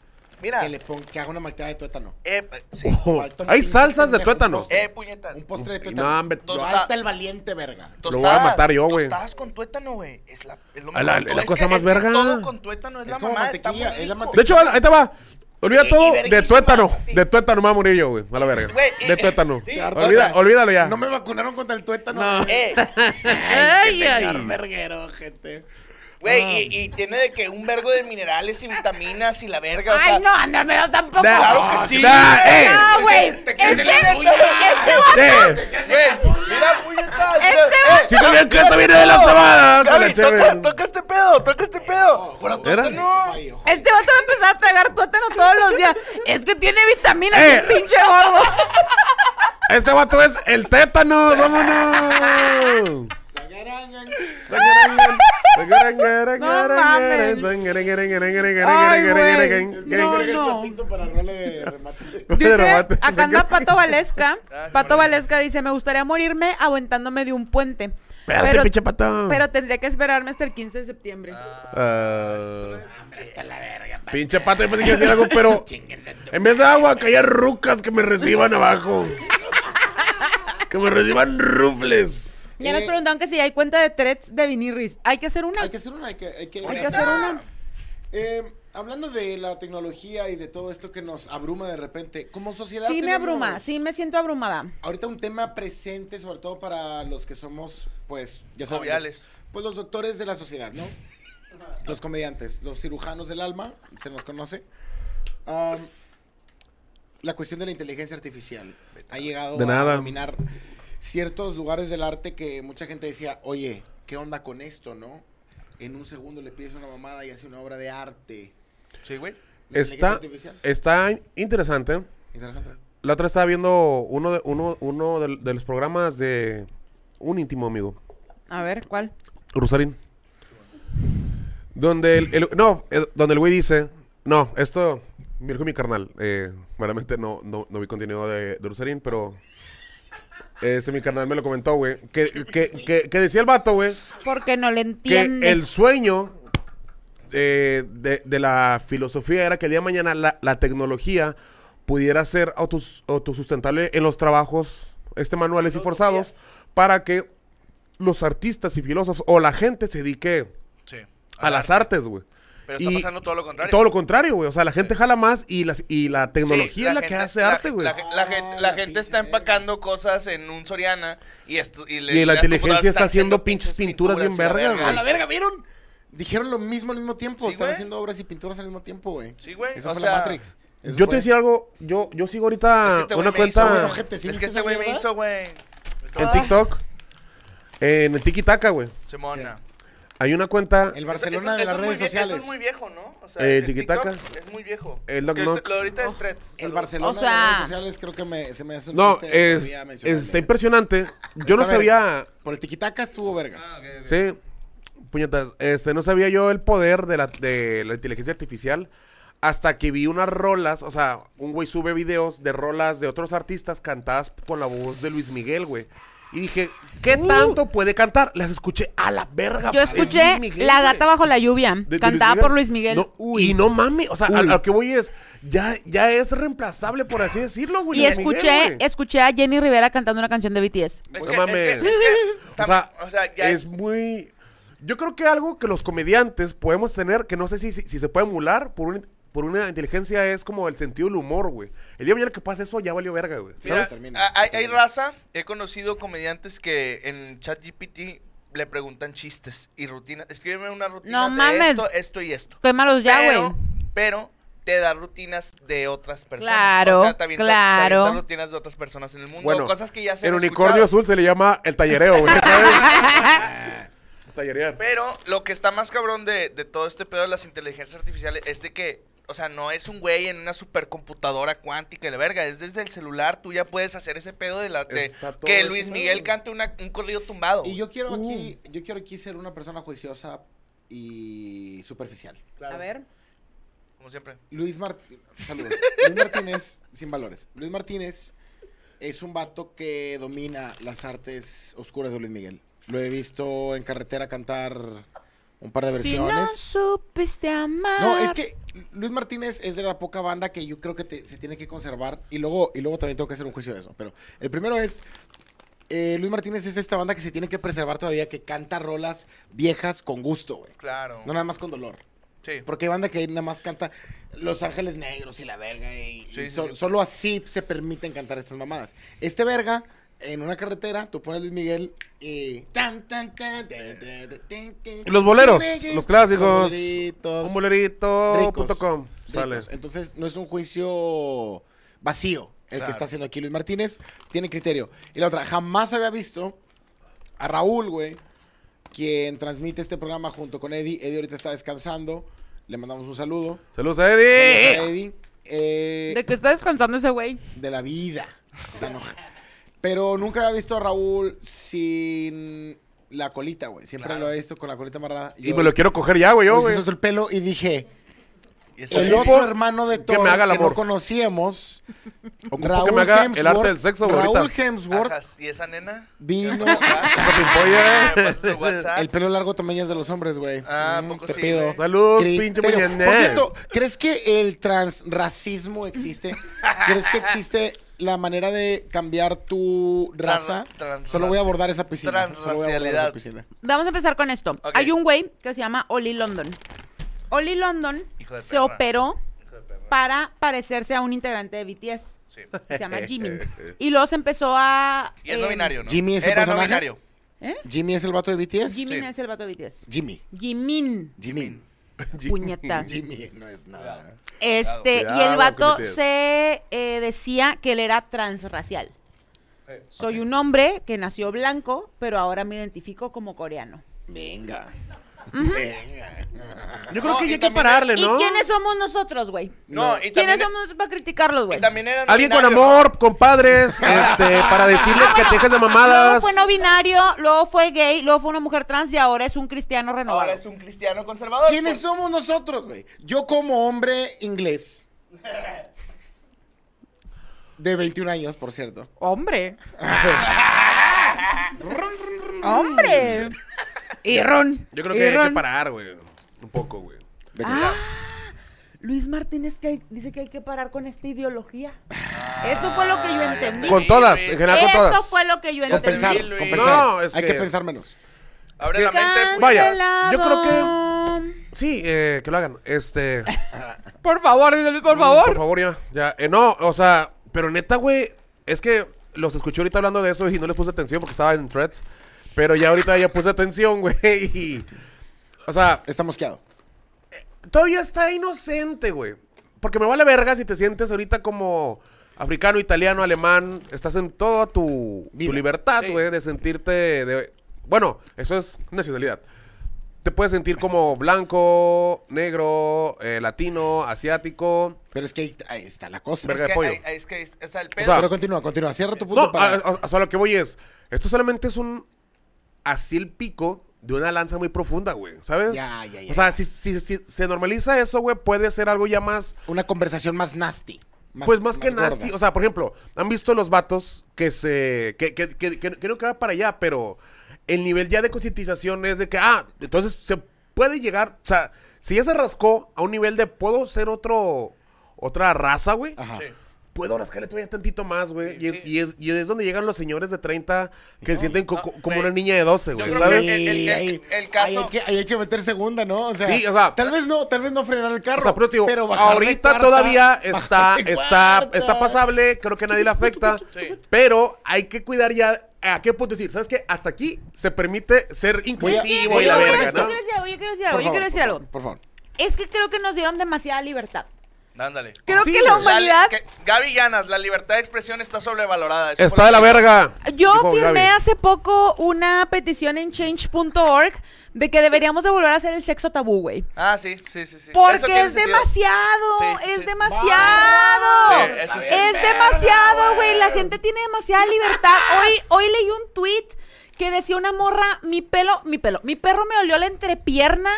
B: Mira.
A: que le ponga, que haga una malteada de tuétano.
B: Eh, pa- sí.
C: Oh,
A: Falta un
C: hay
A: pinche
C: salsas de
A: pendejo,
C: tuétano.
A: un
B: Eh, puñetas.
A: Un postre de
C: Y
A: tuétano.
C: no, hombre,
A: Lo
B: lo-
A: alta el valiente, verga.
C: Lo voy a matar yo, güey.
B: Tostadas con tuétano, güey. Es la, es lo
C: Ah, la-
B: mejor.
C: la
B: Es
C: cosa
B: que-
C: más
B: es que
C: verga.
B: Todo con tuétano es,
A: Es
B: la
A: como
B: mamá. Está muy
A: mantequilla, es la
B: rico.
C: De
A: mantequilla.
C: hecho, ahí te va. Olvida
B: Y- eh, y
C: todo de
B: verguísima,
C: tuétano.
B: sí.
C: De tuétano me voy a morir yo, güey. A la verga.
B: Güey, eh,
C: De
B: eh,
C: tuétano.
B: sí.
C: Olvida, olvídalo ya.
A: No me vacunaron contra el tuétano.
C: No.
A: güey.
B: Eh,
C: Ay, ay.
A: Verguero, gente.
B: güey, y, y tiene de que un vergo de minerales y vitaminas y la verga. o sea,
D: Ay, no, ándamelo tampoco.
C: Da-
B: Claro que sí.
C: da- eh.
D: No, güey.
B: Te
D: Este,
B: crees
D: este
B: en la suya.
D: vato
C: Sí.
B: Güey, mira, puñetas.
D: Este-
B: Eh,
C: Sí sabían que esto viene de la sabana. con la
B: Gaby, toca,
C: chévere.
B: toca este pedo, toca este pedo. Bueno,
C: ¿Era?
B: no.
A: Ay, ojo.
D: Este vato va a empezar a tragar tuétano todos los días. Es que tiene vitaminas,
C: Eh.
D: qué pinche gordo.
C: Este vato es el tétano. Vámonos.
D: mames. Ay, güey. No, no.
A: para rola de remate.
D: Dice,
C: Remate,
D: acá anda Pato Valesca.
B: Ah, qué
D: Pato
B: maravilla.
D: Valesca dice, me gustaría morirme aguantándome de un puente.
C: Espérate,
D: pero,
C: pinche patón.
D: pero tendría que esperarme hasta el 15 de septiembre.
C: Ah.
A: Está la verga.
C: Pinche pato, yo pensé que iba a decir algo, pero en vez de agua, que haya rucas que me reciban abajo. Que me reciban rufles.
D: ya nos preguntaron que si hay cuenta de threads de vinirris. Hay que hacer una.
A: Hay que hacer una, hay que, hay que,
D: Hay que hacer una.
A: Eh, hablando de la tecnología y de todo esto que nos abruma de repente, como sociedad.
D: Sí me
A: tenemos-
D: abruma, sí me siento abrumada.
A: Ahorita un tema presente, sobre todo para los que somos, pues, ya saben.
B: Joviales.
A: Pues los doctores de la sociedad, ¿no? Los comediantes, los cirujanos del alma, se nos conoce. Am, la cuestión de la inteligencia artificial ha llegado
C: De
A: a
C: nada.
A: dominar ciertos lugares del arte que mucha gente decía, oye, ¿qué onda con esto, no? En un segundo le pides una mamada y hace una obra de arte.
B: Sí, güey.
A: La inteligencia
C: Está, e
A: artificial.
C: está interesante.
A: Interesante.
C: La otra estaba viendo uno de, uno, uno del- de, los programas de un íntimo amigo,
D: A ver, ¿cuál?
C: Rusarín. Donde el, el- no, el- donde el güey dice, no, esto, mi hijo y mi carnal, eh, meramente no, no, no vi contenido de, de Rusarín, pero ese mi carnal me lo comentó, güey, que, que, que, que decía el vato, güey,
D: Porque no le
C: que
D: entiende.
C: el sueño eh, de, de la filosofía era que el día de mañana la, la tecnología pudiera ser autos- autosustentable en los trabajos este, manuales y forzados para que los artistas y filósofos o la gente se dedique
B: Sí.
C: a las artes, güey.
B: Pero está
C: Y-
B: pasando todo lo contrario.
C: Todo lo contrario, güey. O sea, la gente jala más y, las, y la
B: Sí,
C: tecnología es la
B: gente-
C: que hace
B: la-
C: arte, güey.
B: La, la gente, la
A: Ah, la
B: gente está
A: pinche
B: empacando cosas en un Soriana y, esto, y, le-
C: Y la inteligencia está
B: computadora
C: haciendo pinches pinturas bien
B: y la
C: vergas,
A: ¡A la
C: güey.
A: verga, vieron! Dijeron lo mismo al mismo tiempo.
B: Sí,
A: Están
B: güey.
A: haciendo obras y pinturas al mismo tiempo, güey.
B: Sí, güey,
A: Eso
B: o
A: fue
B: sea,
A: la Matrix. Eso
C: Yo
A: fue.
C: te decía algo, yo, yo sigo ahorita
B: Este güey
C: una
B: me hizo,
C: cuenta
A: güey, ojete. ¿Sí
B: Es
A: viste
B: que
A: esa
B: este güey me
A: mierda?
B: hizo, güey.
C: en TikTok, en el Tiki Taka, güey.
B: Simona.
A: Sí.
C: Hay una cuenta.
A: El
B: Eso-
A: Barcelona
B: eso-
A: de las
B: eso es
A: redes
B: muy vie-
A: sociales.
B: Eso es muy viejo, ¿no? O
C: Eh, el
B: TikTok
C: tiki-taka.
B: Es muy viejo.
C: El knock
B: Que
C: knock.
B: Lo ahorita es threads.
A: El Barcelona
D: O sea-
A: de las redes sociales creo que me, se me hace un
C: No,
A: chiste
C: es,
A: todavía mencionable.
C: está impresionante. Yo no
A: Está
C: sabía.
A: verga. Por el tiquitaca estuvo verga.
B: Ah,
C: Sí, puñetas. Este, no sabía yo el poder de la, de la inteligencia artificial hasta que vi unas rolas. O sea, un güey sube videos de rolas de otros artistas cantadas con la voz de Luis Miguel, güey. Y dije, ¿qué tanto puede cantar? Las escuché a la verga.
D: Uh. Yo
C: es Luis
D: escuché
C: Miguel,
D: La
C: güey.
D: gata bajo la lluvia,
C: De- de
D: cantada por Luis Miguel.
C: No,
D: Uy.
C: Y no mames, o sea, a,
D: Uy.
C: a lo que voy es, ya, ya es reemplazable, por así decirlo, güey.
D: y
C: Luis Miguel,
D: escuché,
C: güey.
D: escuché a Jenny Rivera cantando una canción de
B: Es
D: BTS.
C: No
B: que-
C: mames.
B: es que- es que-
C: O sea,
B: tam- o sea, ya
C: es,
B: es-
C: muy. Yo creo que algo que los comediantes podemos tener, que no sé si, si, si se puede emular por, un- por una inteligencia, es como el sentido del humor, güey. El día de mañana que pasa eso ya valió verga, güey.
B: Mira,
C: ¿sabes?
A: Termina,
B: a- hay, hay
A: termina.
B: raza, he conocido comediantes que en ChatGPT le preguntan chistes y rutinas. Escríbeme una rutina
D: No
B: de
D: mames.
B: esto, esto y esto.
D: Quémalos ya,
B: pero,
D: güey.
B: pero te da rutinas de otras personas.
D: Claro,
B: O sea, te avienta- te
D: claro.
B: avienta rutinas de otras personas en el mundo.
C: Bueno,
B: cosas que ya se
C: el
B: han
C: unicornio
B: escuchado.
C: azul se le llama el tallereo, güey. ¿sabes? Tallerear.
B: Pero lo que está más cabrón de, de todo este pedo de las inteligencias artificiales es de que, o sea, no es un güey en una supercomputadora cuántica y la verga, es desde el celular, tú ya puedes hacer ese pedo de la de
C: Está todo
B: que
C: eso,
B: Luis
C: ¿no?
B: Miguel cante una- un corrido tumbado.
A: Y yo quiero aquí,
C: Uh.
A: yo quiero aquí ser una persona juiciosa y superficial.
B: Claro,
D: A ver.
B: Como siempre.
A: Luis Martínez, saludos. Luis Martínez, sin valores. Luis Martínez es un vato que domina las artes oscuras de Luis Miguel. Lo he visto en carretera cantar un par de
D: Si no
A: versiones.
D: supiste amar.
A: No, es que Luis Martínez es de la poca banda que yo creo que te- se tiene que conservar. Y luego, y luego también tengo que hacer un juicio de eso. Pero el primero es. eh, Luis Martínez es esta banda que se tiene que preservar todavía, que canta rolas viejas con gusto, güey.
B: Claro.
A: No nada más con dolor.
B: sí.
A: Porque hay banda que nada más canta Los Ángeles Negros y la verga. Y, y
B: Sí, sí,
A: so-
B: sí.
A: solo así se permiten cantar estas mamadas. Este verga, en una carretera, tú pones Luis Miguel y. Tan, tan, tan, tan, tan, tan, tan, tan.
C: Los boleros,
A: Luis
C: los clásicos.
A: Los boleritos,
C: Un
A: ricos,
C: bolerito.com. Sale.
A: ricos. Entonces, no es un juicio vacío el que
B: Claro.
A: está haciendo aquí Luis Martínez. Tiene criterio. Y la otra, jamás había visto a Raúl, güey, quien transmite este programa junto con Eddie. Eddie ahorita está descansando. Le mandamos un saludo.
C: Saludos
A: Saludos
C: a
A: a
C: Eddie.
A: Eddie. Eh,
D: De que está descansando ese güey.
A: de la vida. Tan hoja. Pero nunca había visto a Raúl sin la colita, güey. Siempre
B: Claro.
A: lo he visto con la colita amarrada.
C: Y me lo quiero coger ya, güey. yo,
A: yo
C: güey.
A: se soltó el pelo y dije,
B: Y está
A: el
B: bien.
A: otro hermano de
C: que me
A: Thor
C: haga el
A: que
C: amor.
A: no conocíamos,
C: Ocupo
A: Raúl
C: que me haga el
A: Hemsworth-
C: arte del sexo, güey.
A: Raúl
C: ahorita.
A: Hemsworth
B: Ajas, ¿Y esa nena?
A: vino...
C: Esa pimpolla, eh.
B: Me pasó su WhatsApp.
A: El pelo largo también es de los hombres, güey.
B: Ah,
A: Mm,
B: poco
A: te
B: sí,
A: pido.
B: güey.
C: Saludos,
A: Criterio.
C: pinche
A: Por
C: mañanero.
A: cierto, ¿crees que el transracismo existe? ¿Crees que existe la manera de cambiar tu raza?
B: transraza.
A: Solo voy a abordar esa piscina. Solo voy a abordar esa
B: Transracialidad.
A: piscina.
D: Vamos a empezar con esto.
B: Ok.
D: Hay un güey que se llama Oli London. Oli London
B: Hijo de
D: se
B: perra.
D: operó
B: Hijo de perra.
D: para parecerse a un integrante de BTS.
B: Sí.
D: que Se llama Jimin. Y luego se empezó a.
B: Y es
D: eh,
B: no binario, ¿no?
A: Jimmy es un
B: Era no
A: personaje.
B: binario.
A: ¿Jimmy es el vato de BTS?
D: Jimin
B: Sí.
D: es el vato de BTS.
A: Jimmy.
D: Jimin.
A: Jimmy.
D: Puñetas.
A: Jimmy no es nada.
D: Este, y
C: Cuidado,
D: el vato
C: cometías.
D: se eh, decía que él era transracial.
B: Eh,
D: Soy un hombre que nació blanco, pero ahora me identifico como coreano.
A: Venga. Venga.
C: Yo creo
B: No,
C: que
B: y
C: ya hay que
B: también-
C: pararle, ¿no?
D: ¿Y quiénes somos nosotros, güey?
B: No, y también.
D: ¿Quiénes somos nosotros para criticarlos, güey?
B: y también eran
C: Alguien con
B: binarios, ¿no?
C: amor, compadres, este, para decirle que te dejes de
D: Luego
C: mamadas.
D: fue Ah, no binario, luego fue gay, luego fue una mujer trans y ahora es un cristiano renovado.
B: Ahora es un cristiano conservador.
A: ¿Quiénes
B: Por-
A: somos nosotros, güey? Yo como hombre inglés. De 21 años, por cierto.
D: Hombre. Hombre. Y Ron.
C: Yo creo
D: y
C: que hay que
D: Ron.
C: parar, güey. Un poco, güey.
A: De
B: Ah,
D: Luis Martínez que hay- dice que hay que parar con esta ideología. Eso fue lo que yo entendí.
C: Con todas, en general con
D: Eso
C: todas.
D: fue lo que yo entendí.
A: Compensar,
B: Luis.
A: compensar.
C: No, es
A: Hay que
C: que-
A: pensar menos.
B: Abre
C: Es
B: la
C: que-
B: mente. pues.
C: Vaya,
D: Cancelado.
C: yo creo que- Sí, eh, que lo hagan. Este.
D: Por favor, dice Luis, por
C: Por
D: favor.
C: favor, ya. ya. Eh, no, o sea, pero neta, güey, es que los escuché ahorita hablando de eso y no les puse atención porque estaba en threads. Pero ya ahorita ya puse atención, güey. y- o sea,
A: Está mosqueado.
C: todavía está inocente, güey. Porque me vale verga si te sientes ahorita como africano, italiano, alemán. Estás en toda tu, tu
A: Vida.
C: libertad,
B: Sí.
C: güey, de sentirte de... Bueno, eso es nacionalidad. Te puedes sentir como blanco, negro, eh, latino, asiático.
A: Pero es que ahí, ahí está la cosa.
C: Verga.
B: Es que
C: de pollo.
B: hay- hay- es que es- o sea, el pedo.
C: sea,
A: Pero continúa, continúa. Cierra tu punto
C: No,
A: para.
C: a- a- o sea, lo que voy es, esto solamente es un, así el pico de una lanza muy profunda, güey, ¿sabes?
A: Ya, ya, ya.
C: O sea, si, si- si se normaliza eso, güey, puede ser algo ya más,
A: Una conversación más nasty.
C: pues más, que nasty.
A: gorda.
C: O sea, por ejemplo, han visto los vatos que se, que, que, que, que- que no que va para allá, pero el nivel ya de concientización es de que, ah, entonces se puede llegar, o sea, si ya se rascó a un nivel de puedo ser otro, otra raza, güey
A: Ajá.
B: Sí.
C: puedo rascarle todavía tantito más, güey.
B: Sí,
C: y, es,
B: sí.
C: y, es, y es donde llegan los señores de 30 que se sienten co-
B: no,
C: co- como
B: güey.
C: una niña de 12,
B: Yo
C: güey,
B: creo
C: ¿sabes?
B: que- el- el- el-
A: ahí-
B: el caso-
A: ahí hay, que, ahí hay que meter segunda, ¿no? O sea,
C: Sí, o sea-
A: tal vez no, tal vez no frenar el carro.
C: O sea, pero, te digo,
A: bajar de
C: ahorita
A: cuarta,
C: todavía está,
A: bajar de
C: está,
A: cuarta.
C: está pasable, creo que a nadie le afecta,
B: Sí.
C: pero hay que cuidar ya a qué punto decir, ¿sabes qué? Hasta aquí se permite ser
A: Yo
C: inclusivo
A: quiero-
C: y la
A: yo
C: verga,
A: quiero-
C: ¿no?
D: Yo quiero decir algo, yo quiero
A: Por
D: decir algo, yo
A: favor,
D: quiero decir
A: por
D: algo.
A: favor, Por favor.
D: Es que creo que nos dieron demasiada libertad.
B: Ándale.
D: Creo
C: Sí,
D: que la
C: güey.
B: La li-
D: humanidad.
B: que- Gaby Llanas, la libertad de expresión está sobrevalorada. Eso
C: Está
B: fue
C: de
B: lo
C: la
B: que-
C: verga.
D: Yo
C: dijo
D: firmé
C: Gaby.
D: hace poco una petición en change.org de que deberíamos de volver a hacer el sexo tabú, güey.
B: Ah, sí, sí, sí. sí. Eso
D: Porque
B: tiene
D: es
B: sentido.
D: demasiado,
B: Sí,
D: es
B: sí.
D: demasiado.
B: Sí, eso sí.
D: es
B: Verga,
D: demasiado, güey.
B: güey.
D: La gente tiene demasiada libertad. Hoy, hoy leí un tweet que decía una morra, mi pelo, mi pelo, mi perro me olió la entrepierna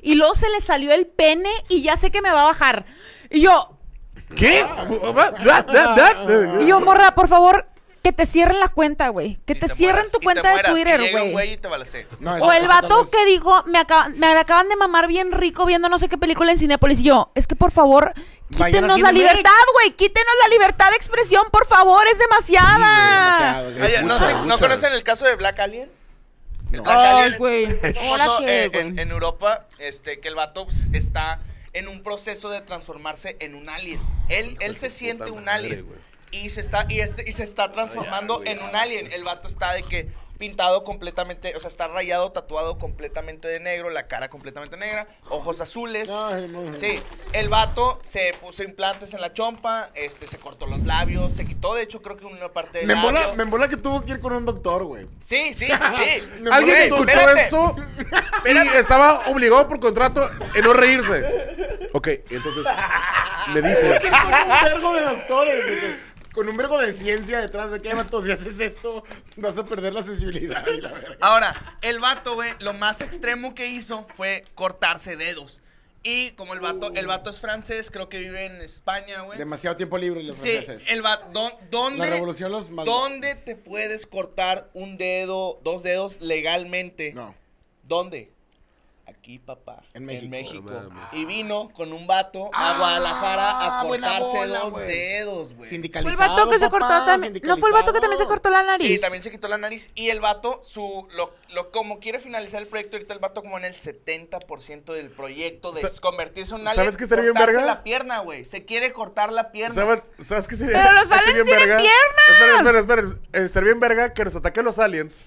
D: y luego se le salió el pene y ya sé que me va a bajar. Y yo,
C: ¿Qué?
D: y yo, morra, por favor, que te cierren la cuenta, güey. Que
B: Y
D: te, cierren
B: mueras,
D: tu
B: y te
D: cuenta de
B: mueras, y
D: Twitter,
B: llega un
D: güey.
B: y te balacea.
A: No, esa
D: O el
A: cosa tal
D: vato
A: vez-
D: que dijo, me, acaban- me la acaban de mamar bien rico viendo no sé qué película en Cinépolis. Y yo, es que por favor,
A: Vayan a
D: quítenos la
A: Cinemex.
D: libertad, güey. Quítenos la libertad de expresión, por favor, es demasiada.
A: Demasiado, es
B: Oye, ¿no,
A: mucha,
B: sé- no
A: mucha.
B: conocen el caso de Black Alien? El
A: No.
B: Black Alien es-
D: güey.
B: famoso,
D: Ahora qué,
B: eh, en,
D: güey.
B: en Europa, este, que el vato pues, está en un proceso de transformarse en un alien. Él, él
C: de
B: se
C: su
B: siente
C: puta
B: un
C: madre,
B: alien.
C: güey.
B: Y se está, y este- y se está transformando
C: güey,
B: en
C: ya
B: un
C: basta.
B: alien. El vato está de que pintado completamente, o sea, está rayado, tatuado completamente de negro, la cara completamente negra, ojos azules.
D: Ah,
A: Ay, no, no.
B: Sí, el vato se puso implantes en la chompa, este, se cortó los labios, se quitó, de hecho, creo que una parte del
A: Me embola,
B: labio.
A: me embola que tuvo que ir con un doctor, güey.
B: Sí, sí, sí.
A: Me
C: Alguien
B: Güey,
C: escuchó
B: espérate.
C: esto y estaba obligado por contrato en no reírse. Ok, entonces me dices.
A: Con un vergo de doctores, de que- con un vergo de ciencia detrás de que, vato, si haces esto, vas a perder la sensibilidad y la verga.
B: Ahora, el vato, güey, lo más extremo que hizo fue cortarse dedos. Y como el vato, el vato es francés, creo que vive en España, güey.
A: Demasiado tiempo libre los
B: Sí,
A: franceses.
B: el vato, ¿dó- ¿dónde?
A: La revolución los mandó.
B: ¿Dónde te puedes cortar un dedo, dos dedos legalmente?
A: No.
B: ¿Dónde? Aquí, papá.
A: En México.
C: No mames.
B: Y vino con un vato a
A: Ah,
B: Guadalajara a
A: buena
B: cortarse
A: bola,
B: dos
A: güey.
B: dedos, güey.
D: Fue
A: Sindicalizado.
D: el vato que se
A: papá,
D: cortó también. No fue el vato que también se cortó la nariz.
B: Sí, también se quitó la nariz. Y el vato, su, lo, lo- como quiere finalizar el proyecto, ahorita el vato como en el 70% del proyecto de
C: Sa-
B: convertirse en un alien.
C: ¿sabes qué estaría bien
B: cortarse
C: verga?
B: la pierna, güey. Se quiere cortar la pierna.
C: ¿Sabes, ¿Sabes qué sería?
D: Pero los
C: estaría
D: aliens tienen
C: verga?
D: piernas.
C: Espera, espera, espera. Estaría bien verga que nos ataquen los aliens.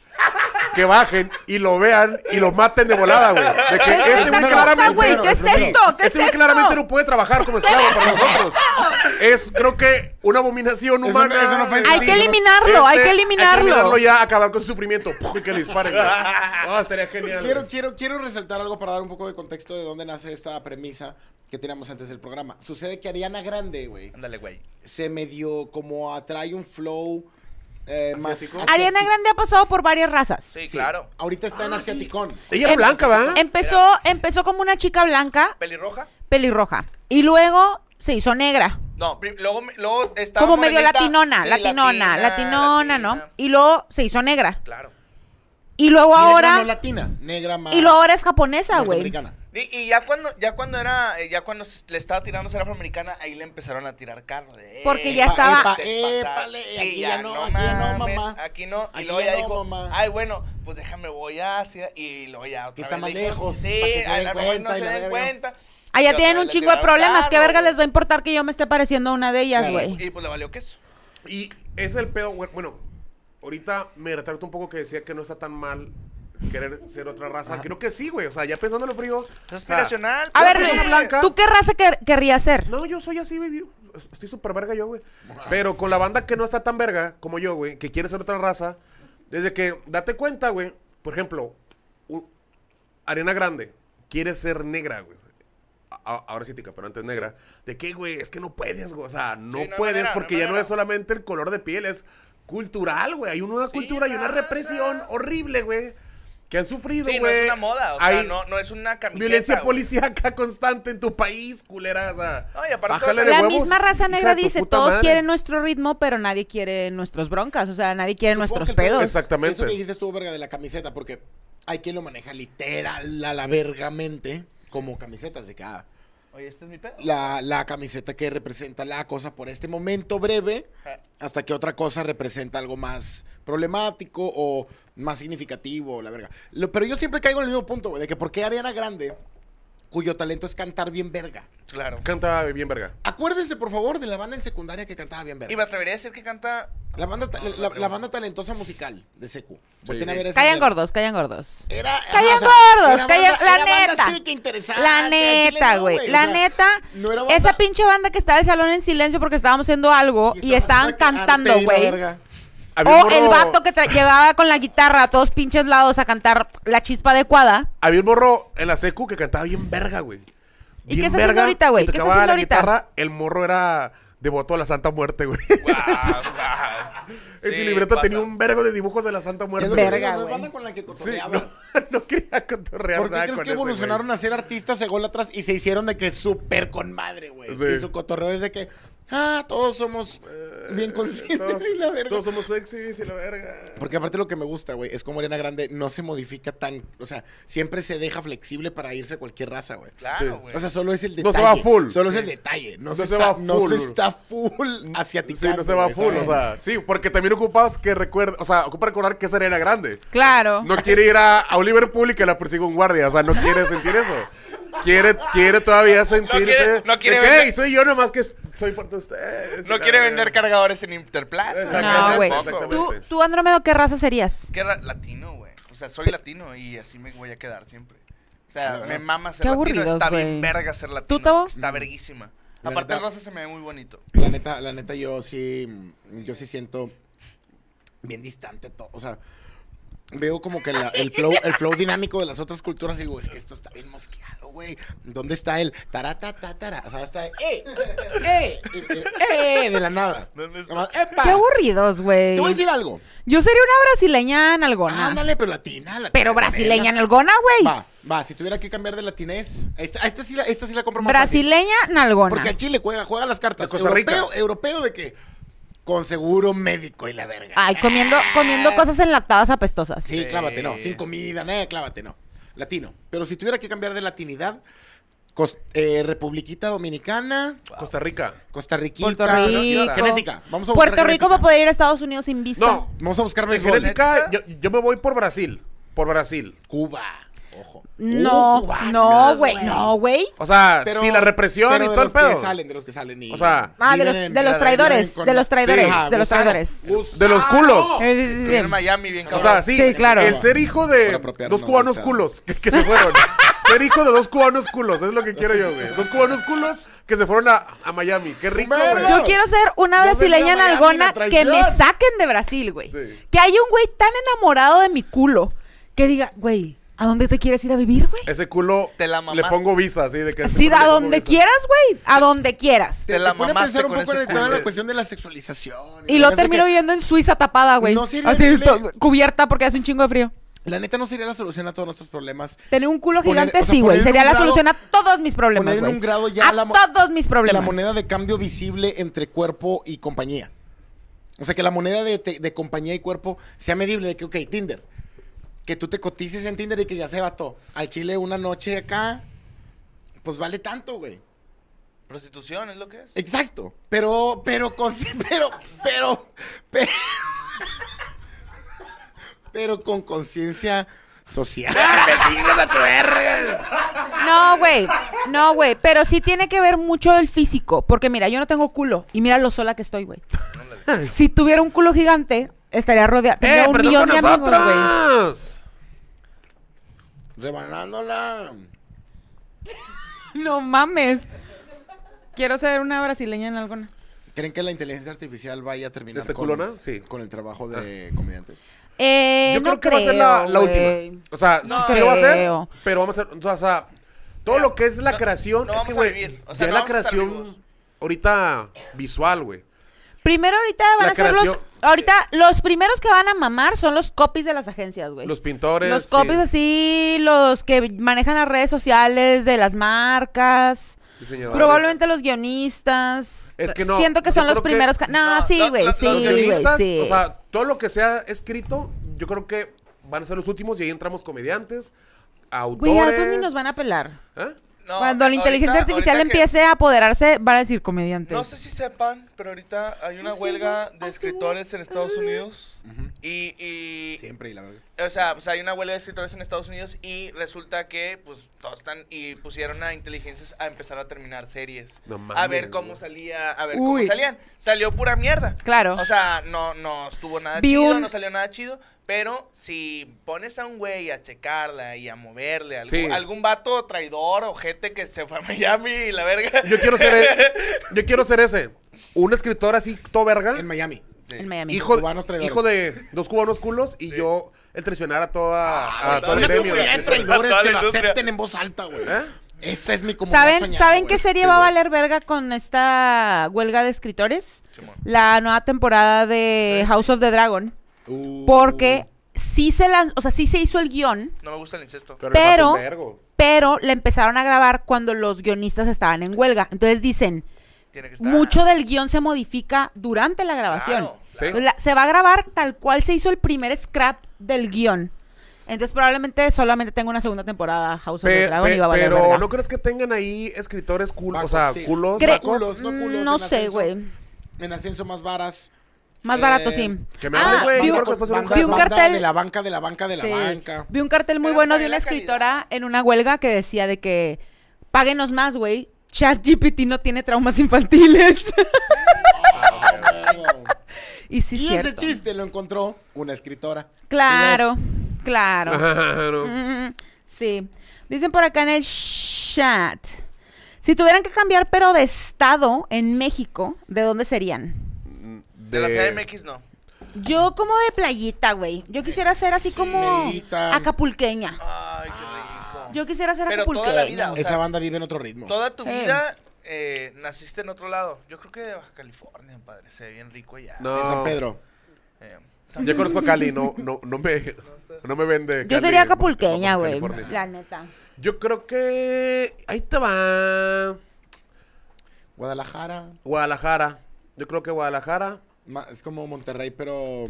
C: que bajen y lo vean y lo maten de volada, güey. De que
D: ¿Qué es
C: este
D: esta
C: güey
D: cosa,
C: claramente.
D: güey? ¿Qué es
C: Sí,
D: esto? ¿Qué es
C: este güey
D: esto?
C: claramente no puede trabajar como esclavo para nosotros. Es, creo que, una abominación
A: Es una-
C: humana.
A: es una ofensa.
D: Hay
A: Sí,
D: que
A: ¿no?
D: eliminarlo, hay
C: Este,
D: que eliminarlo.
C: ya, acabar con su sufrimiento. Puf, Y que le disparen, güey. Ah, estaría genial.
A: Quiero,
C: güey.
A: quiero, quiero resaltar algo para dar un poco de contexto de dónde nace esta premisa que teníamos antes del programa. Sucede que Ariana Grande, güey,
B: Ándale, güey.
A: se medio como atrae un flow eh, más.
C: ¿Asiático?
A: asiático.
D: Ariana Grande ha pasado por varias razas.
B: Sí,
A: Sí.
B: claro.
A: Ahorita está en Asiaticón.
C: Ella era
D: Em-
C: blanca, ¿va?
D: Empezó, empezó como una chica blanca,
B: ¿Pelirroja?
D: pelirroja. Y luego se hizo negra.
B: No, pri- luego, me- luego está.
D: Como medio
B: morenita.
D: latinona,
B: Sí,
D: latinona, latinona, ¿no?
B: latina.
D: Y luego se hizo negra.
B: Claro.
D: Y luego
A: Negra
D: ahora.
A: no latina, negra más.
D: Y luego ahora es japonesa, güey.
A: norteamericana.
B: Y, y ya cuando ya cuando era eh, ya cuando se- le estaba tirando ser afroamericana, ahí le empezaron a tirar carro. de, "Eh,
D: Porque ya
B: "Epa,
D: estaba-
B: epa,
A: Épale,
B: épale,
A: aquí ya no, aquí ya no,
B: mames,
A: mamá.
B: Aquí no. Y
A: Aquí
B: luego
A: ya
B: ya
A: no,
B: dijo,
A: mamá.
B: ay, bueno, pues déjame voy a Asia y luego ya otra
A: Que está
B: vez
A: más
B: le dijo,
A: lejos,
B: Sí,
A: para que se
B: a
A: den
B: lo mejor no
A: cuenta y
B: se
A: la
B: den
A: verga".
B: cuenta. Y
D: Allá
B: otra
D: tienen
B: vez
D: un
B: le
D: chingo de
B: tiraron
D: problemas. ¿Qué
B: carro,
D: verga
B: güey.
D: les va a importar que yo me esté pareciendo a una de ellas,
A: Claro.
D: güey?
B: Y pues le valió queso.
C: Y es el pedo, güey. Bueno, ahorita me retracto un poco que decía que no está tan mal querer ser otra raza. Creo que sí, güey. O sea, ya pensándolo frío.
B: Es pues.
C: o sea,
B: aspiracional.
D: A ver,
C: Yo soy
D: Luis,
C: blanca.
D: ¿tú qué raza quer- querrías ser?
C: No, yo soy así, baby. Estoy súper verga yo, güey. Pero con la banda que no está tan verga como yo, güey, que quiere ser otra raza, desde que date cuenta, güey, por ejemplo, u- Ariana Grande quiere ser negra, güey. A- a- Ahora sí, tica, pero antes negra. ¿De qué, güey? Es que no puedes, güey. O sea, no,
B: Sí, no hay
C: puedes
B: manera, no
C: porque
B: hay
C: ya no
B: manera.
C: es solamente el color de piel, es cultural, güey. Hay una nueva cultura y una
B: raza.
C: represión horrible, güey. Que han sufrido, güey.
B: Sí, no es una moda, o sea,
C: Hay-
B: no, no es una camiseta.
C: Violencia
B: güey.
C: policíaca constante en tu país, culera. O sea,
B: No, y aparte
C: bájale
B: todos-
C: de
D: La
C: huevos,
D: misma raza
C: hija
D: negra
C: de tu
D: dice,
C: puta
D: todos
C: madre".
D: quieren nuestro ritmo, pero nadie quiere nuestros broncas, o sea, nadie quiere
A: Supongo
D: nuestros
A: que el pedo
D: pedos.
A: es-
C: Exactamente.
A: Eso que dijiste estuvo verga de la camiseta, porque hay quien lo maneja literal a la vergamente como camiseta, así que ah,
B: Oye, este es mi pedo.
A: la, la camiseta que representa la cosa por este momento breve, hasta que otra cosa representa algo más problemático o más significativo, la verga. Lo- pero yo siempre caigo en el mismo punto, güey, de que por qué Ariana Grande, cuyo talento es cantar bien verga.
B: Claro.
C: Canta bien verga.
A: Acuérdese, por favor, de la banda en secundaria que cantaba bien
B: Y me
A: verga.
B: atrevería a decir que canta.
A: La banda, ta-
B: No, no
A: la-
B: me
A: la,
B: atrevo.
A: banda talentosa musical de Secu.
C: Sí.
D: Callan gordos, callan gordos.
A: Era, ajá,
D: Callan
A: Eh, o sea,
D: gordos,
A: era
D: callan-
A: banda-
D: la
A: era banda
D: neta.
A: así que interesante,
D: La
A: al chile
D: neta,
A: no,
D: güey.
A: o
D: La
A: sea,
D: neta.
A: no era
D: Esa
A: banda-
D: pinche banda que estaba el salón en silencio porque estábamos haciendo algo y, estaban cantando,
A: arte y la
D: güey.
A: verga.
C: Había un
D: O
C: morro-
D: el vato que tra- llegaba con la guitarra a todos pinches lados a cantar la chispa adecuada.
C: Había un morro en la secu que cantaba bien verga, güey.
D: ¿Y
C: Bien
D: qué está haciendo
C: verga,
D: ahorita, güey?
C: que
D: ¿Qué está
C: tocaba
D: haciendo
C: la
D: ahorita?
C: guitarra, el morro era devoto a la Santa Muerte, güey.
B: Guau, guau.
C: en su
B: Ah, Sí,
C: libreta
B: pasa.
C: tenía un vergo de dibujos de la Santa
A: Es
C: Muerte.
A: lo
C: güey.
A: que
D: Verga,
A: digo, no es
D: güey.
A: banda con la que
C: Sí,
A: cotorreaba.
C: no, no quería cotorrear
A: ¿Por qué
C: nada
A: crees
C: con
A: que
C: ese, güey.
A: evolucionaron a ser artistas ególatras y se hicieron de que súper con madre, güey?
C: Sí.
A: Y su cotorreo es de que, ah, todos somos bien conscientes
C: Eh, Todos,
A: y la verga.
C: todos somos sexys y la verga.
A: Porque aparte lo que me gusta, güey, es como Ariana Grande no se modifica tan, o sea, siempre se deja flexible para irse a cualquier raza, güey.
C: Sí.
B: Claro, güey.
A: O sea, solo es el detalle.
C: No se va full.
A: Solo es el detalle. No, se,
C: se
A: está,
C: va
A: No se
C: full.
A: está full asiático.
C: Sí, no se va full, o sea, sí, porque también ocupas que recuerde, o sea, ocupa recordar que es Arena Grande.
D: Claro.
C: No quiere ir a, a un Liverpool y que la persiga un guardia, o sea, no quiere sentir eso. Quiere, quiere todavía sentirse.
B: quiere- no quiere
C: de que,
B: vender-
C: "Hey, soy yo nomás que soy parte de ustedes.
B: no quiere vender cargadores en Interplaza.
C: Exactamente,
D: No,
B: Tampoco,
D: güey.
C: exactamente.
D: Tú, tú, Andrómedo, ¿qué raza serías?
B: Que ra- latino, güey. O sea, soy latino y así me voy a quedar siempre. O sea, me mama ser
D: Qué
B: latino.
D: aburridos,
B: Está bien
D: güey.
B: verga ser latino.
D: Tavo?
B: Está verguísima.
A: La
B: Aparte, el
A: neta-
B: rosa se me ve muy bonito.
A: La neta, la neta, yo sí, yo sí siento bien distante todo. O sea, veo como que la- el, flow, el flow dinámico de las otras culturas y digo, es que esto está bien mosqueado, güey. ¿Dónde está el tarata, tatara? O sea, está el, ¡eh! ¡eh! ¡eh! de la nada.
B: ¿Dónde está?
A: Nomás, ¡epa!
D: Qué aburridos, güey.
A: Te voy a decir algo.
D: Yo sería una brasileña en algona.
A: Ándale, pero latina, latina.
D: Pero brasileña en algona, güey.
A: Va, va, si tuviera que cambiar de latinés. Esta, esta sí, la, esta sí la compro más fácil.
D: Brasileña en
A: Porque
D: algona.
A: al Chile juega, juega las cartas.
C: De Costa Rica.
A: Europeo, europeo de que con seguro médico y la verga. Eh,
D: Ay, comiendo, comiendo cosas enlatadas apestosas.
A: Sí,
B: Sí.
A: clávate, no. Sin comida, nada, clávate, no. Latino. Pero si tuviera que cambiar de latinidad, cos- eh, Republiquita Dominicana,
C: Costa Rica.
A: Costa Riquita,
D: Puerto
A: ¿no?
D: Rico.
A: Genética. Vamos a buscar
D: Puerto Rico
A: genética.
D: para poder ir a Estados Unidos sin visa.
C: No,
A: Vamos a buscar
C: en
A: béisbol.
C: genética, yo, yo me voy por Brasil. Por Brasil.
A: Cuba. Ojo. Uh,
D: No,
C: cubanas,
D: no, güey,
C: güey.
D: no, güey.
C: O sea,
A: Pero-
C: sí, la represión
A: pero
C: y
A: de
C: todo el
A: los
C: pedo.
A: Que salen, de los que salen y-
C: O sea,
D: Ah, de los,
A: viven-
D: de los
A: viven
D: traidores,
A: con-
D: de los
A: Sí,
D: traidores,
A: ajá,
D: de los
A: gusano,
D: traidores.
A: gusano.
C: De los culos.
D: Eh, eh, eh,
B: En Miami, bien
C: O
B: cabrón.
C: sea, sí,
D: Sí, claro.
C: el ser hijo
A: Por
C: de
A: apropiarnos
C: dos cubanos
A: de cada-
C: culos que, que se fueron. ser hijo de dos cubanos culos, es lo que quiero yo, güey. Dos cubanos culos que se fueron a, a Miami. Qué rico,
A: Verga.
C: güey.
D: Yo quiero ser una
A: Yo
D: brasileña
A: venía a Miami,
D: nalgona
A: la
D: que
A: traición.
D: me saquen de Brasil, güey.
C: Sí.
D: Que haya un güey tan enamorado de mi culo que diga, güey, ¿a dónde te quieres ir a vivir, güey?
C: Ese culo
B: Te la
C: le
B: mamaste.
C: pongo visa, así de que.
D: Sí,
C: le
D: a
C: pongo
D: donde
C: visa.
D: quieras, güey, a donde quieras.
B: Te la
A: pone a
B: mamaste
A: pensar un
B: con
A: poco
B: ese
A: en toda
B: culo.
A: la cuestión de la sexualización.
D: Y lo
A: fíjate
D: termino
A: que
D: viviendo en Suiza tapada, güey.
A: No sirve
D: Así,
A: decirle-
D: to- cubierta porque hace un chingo de frío.
A: La neta no sería la solución a todos nuestros problemas.
D: Tener un culo
A: Poner-
D: gigante,
A: o sea,
D: sí,
A: poner
D: güey.
A: en
D: Sería
A: un
D: la
A: grado-
D: solución a todos mis problemas,
A: poner en
D: güey.
A: un grado ya
D: a
A: la mo-
D: todos mis problemas.
A: La moneda de cambio visible entre cuerpo y compañía. O sea, que la moneda de, te- de compañía y cuerpo sea medible. De que, ok, Tinder. Que tú te cotices en Tinder y que ya se vato. Al Chile una noche acá, pues vale tanto, güey.
B: Prostitución es lo que es.
A: Exacto. Pero, pero, con, pero, pero, pero, pero con conciencia social.
D: No, güey. No, güey. Pero sí tiene que ver mucho el físico. Porque mira, yo no tengo culo. Y mira lo sola que estoy, güey. si tuviera un culo gigante, estaría rodeada. Tendría
C: ¡Eh,
D: un
C: perdón
D: millón
C: con
D: de amigos, güey.
C: nosotros!
A: Rebanándola.
D: No mames. Quiero ser una brasileña en alguna.
A: ¿Creen que la inteligencia artificial vaya a terminar
C: ¿Este
A: con,
C: culona? Sí. Ah.
A: con el trabajo de comediantes?
D: Eh,
C: Yo
D: no
C: creo que va a ser la, la
D: güey.
C: última. O sea,
D: No
C: sí lo va a
D: creo.
C: hacer, pero vamos a hacer. O sea, o sea, todo lo que es la
B: no-
C: creación.
B: no
C: es
B: vamos
C: que,
B: a
C: güey,
B: vivir. O sea,
C: ya
B: no
C: la
B: vamos a estar vivos.
C: creación ahorita visual, güey.
D: Primero ahorita van
C: La
D: a ser los...
C: creación-
D: Ahorita los primeros que van a mamar son los copies de las agencias, güey.
C: Los pintores.
D: Los
C: sí.
D: copies así, los que manejan las redes sociales de las marcas.
C: Diseñadores.
D: Probablemente los guionistas.
C: Es que no,
D: Siento que
C: yo
D: son los
C: creo que-
D: primeros. ca- No,
B: no,
D: sí,
B: lo-
D: güey,
B: lo-
D: sí,
B: los
C: los
D: güey,
C: guionistas,
D: sí.
C: o sea, todo lo que sea escrito, yo creo que van a ser los últimos y ahí entramos comediantes, autores.
D: Güey, a nosotros ni nos van a pelar.
C: ¿Eh?
B: No,
D: Cuando la
B: ahorita-
D: inteligencia artificial
B: ahorita que-
D: empiece a apoderarse, van a decir comediantes.
B: No sé si sepan, pero ahorita hay una huelga de escritores en Estados Unidos. Y, y-
A: Siempre, y la verdad.
B: o sea, pues hay una huelga de escritores en Estados Unidos y resulta que pues todos están y pusieron a inteligencias a empezar a terminar series.
C: No
B: a
C: mames,
B: ver cómo
C: güey.
B: salía, a ver
D: Uy.
B: cómo salían. Salió pura mierda.
D: Claro.
B: O sea, no, no estuvo nada
D: Vi
B: chido,
D: un-
B: no salió nada chido. Pero si pones a un güey a checarla y a moverle, algún,
C: Sí.
B: algún vato traidor o gente que se fue a Miami y la verga.
C: Yo quiero ser e- yo quiero ser ese, un escritor así todo verga,
A: En Miami.
B: Sí.
D: En Miami.
C: Ah. hijo,
A: Cubanos traidores.
C: hijo de dos cubanos culos y yo el traicionar a
A: Ah,
C: Ah, toda a todo el
A: Una
C: gremio.
A: comunidad de traidores
B: Toda
A: que
B: la
A: lo
B: industria.
A: acepten en voz alta, güey.
C: ¿Eh?
A: Esa es mi comunidad
D: ¿Saben,
A: soñada,
D: ¿saben
A: güey.
D: qué serie
A: Sí,
D: va a
A: güey.
D: valer verga con esta huelga de escritores?
B: Simón.
D: La nueva temporada de House of the Dragon.
A: Uh,
D: Porque sí se lanzó, o sea, sí se hizo el guión,
B: No me gusta el incesto.
C: Pero,
D: Pero-
C: le falta un vergo.
D: pero la empezaron a grabar cuando los guionistas estaban en huelga. Entonces dicen,
B: Tiene que estar.
D: mucho del guión se modifica durante la grabación.
B: Claro,
C: Sí.
D: Entonces, la- se va a grabar tal cual se hizo el primer scrap del guión. Entonces probablemente solamente tenga una segunda temporada House of
C: Pe-
D: the Dragon
C: pe-
D: y va a valer
C: pero
D: verga.
C: no crees que tengan ahí escritores culos, o
A: Vacos,
C: sea,
A: sí.
C: culos
D: Cre-
C: vacos?
A: culos, no culos,
D: no
A: en
D: sé,
A: ascenso.
D: güey.
A: En ascenso más varas.
D: Más
A: Eh,
D: barato, sí. Ah,
C: que me hable, güey,
D: vi
C: yo
D: un-
C: creo que después en un
A: Banda-
D: vi un
A: banda
D: cartel.
A: De la banca, de la banca, de la
D: Sí.
A: banca.
D: Vi un cartel muy
B: Pero
D: bueno de
B: también
D: una
B: la calidad.
D: escritora en una huelga que decía de que páguenos más, güey. ChatGPT no tiene traumas infantiles.
C: Ah,
D: y sí,
A: y ese
D: cierto.
A: chiste lo encontró una escritora.
D: Claro, claro.
C: Claro.
D: Mm, Sí. Dicen por acá en el chat. Si tuvieran que cambiar, pero de estado en México, ¿de dónde serían?
B: De la CDMX no.
D: Yo como de playita, güey. Yo quisiera ser así como
A: Melita.
D: acapulqueña.
B: Ay, qué rico.
D: Ah. Yo quisiera ser
B: Pero
D: acapulqueña.
B: toda la vida, o
A: Esa
B: sea,
A: banda vive en otro ritmo.
B: Toda tu
D: Eh.
B: vida eh, naciste en otro lado. Yo creo que de Baja California, padre. Se ve bien rico allá.
A: De
C: No.
A: San Pedro.
B: Eh,
C: Yo conozco a Cali, no, no, no me, no me vende.
D: Yo
C: Cali,
D: sería acapulqueña, güey.
C: California.
D: La neta.
C: Yo creo que ahí te va
A: Guadalajara.
C: Guadalajara. Yo creo que Guadalajara
A: ma- Es como Monterrey, pero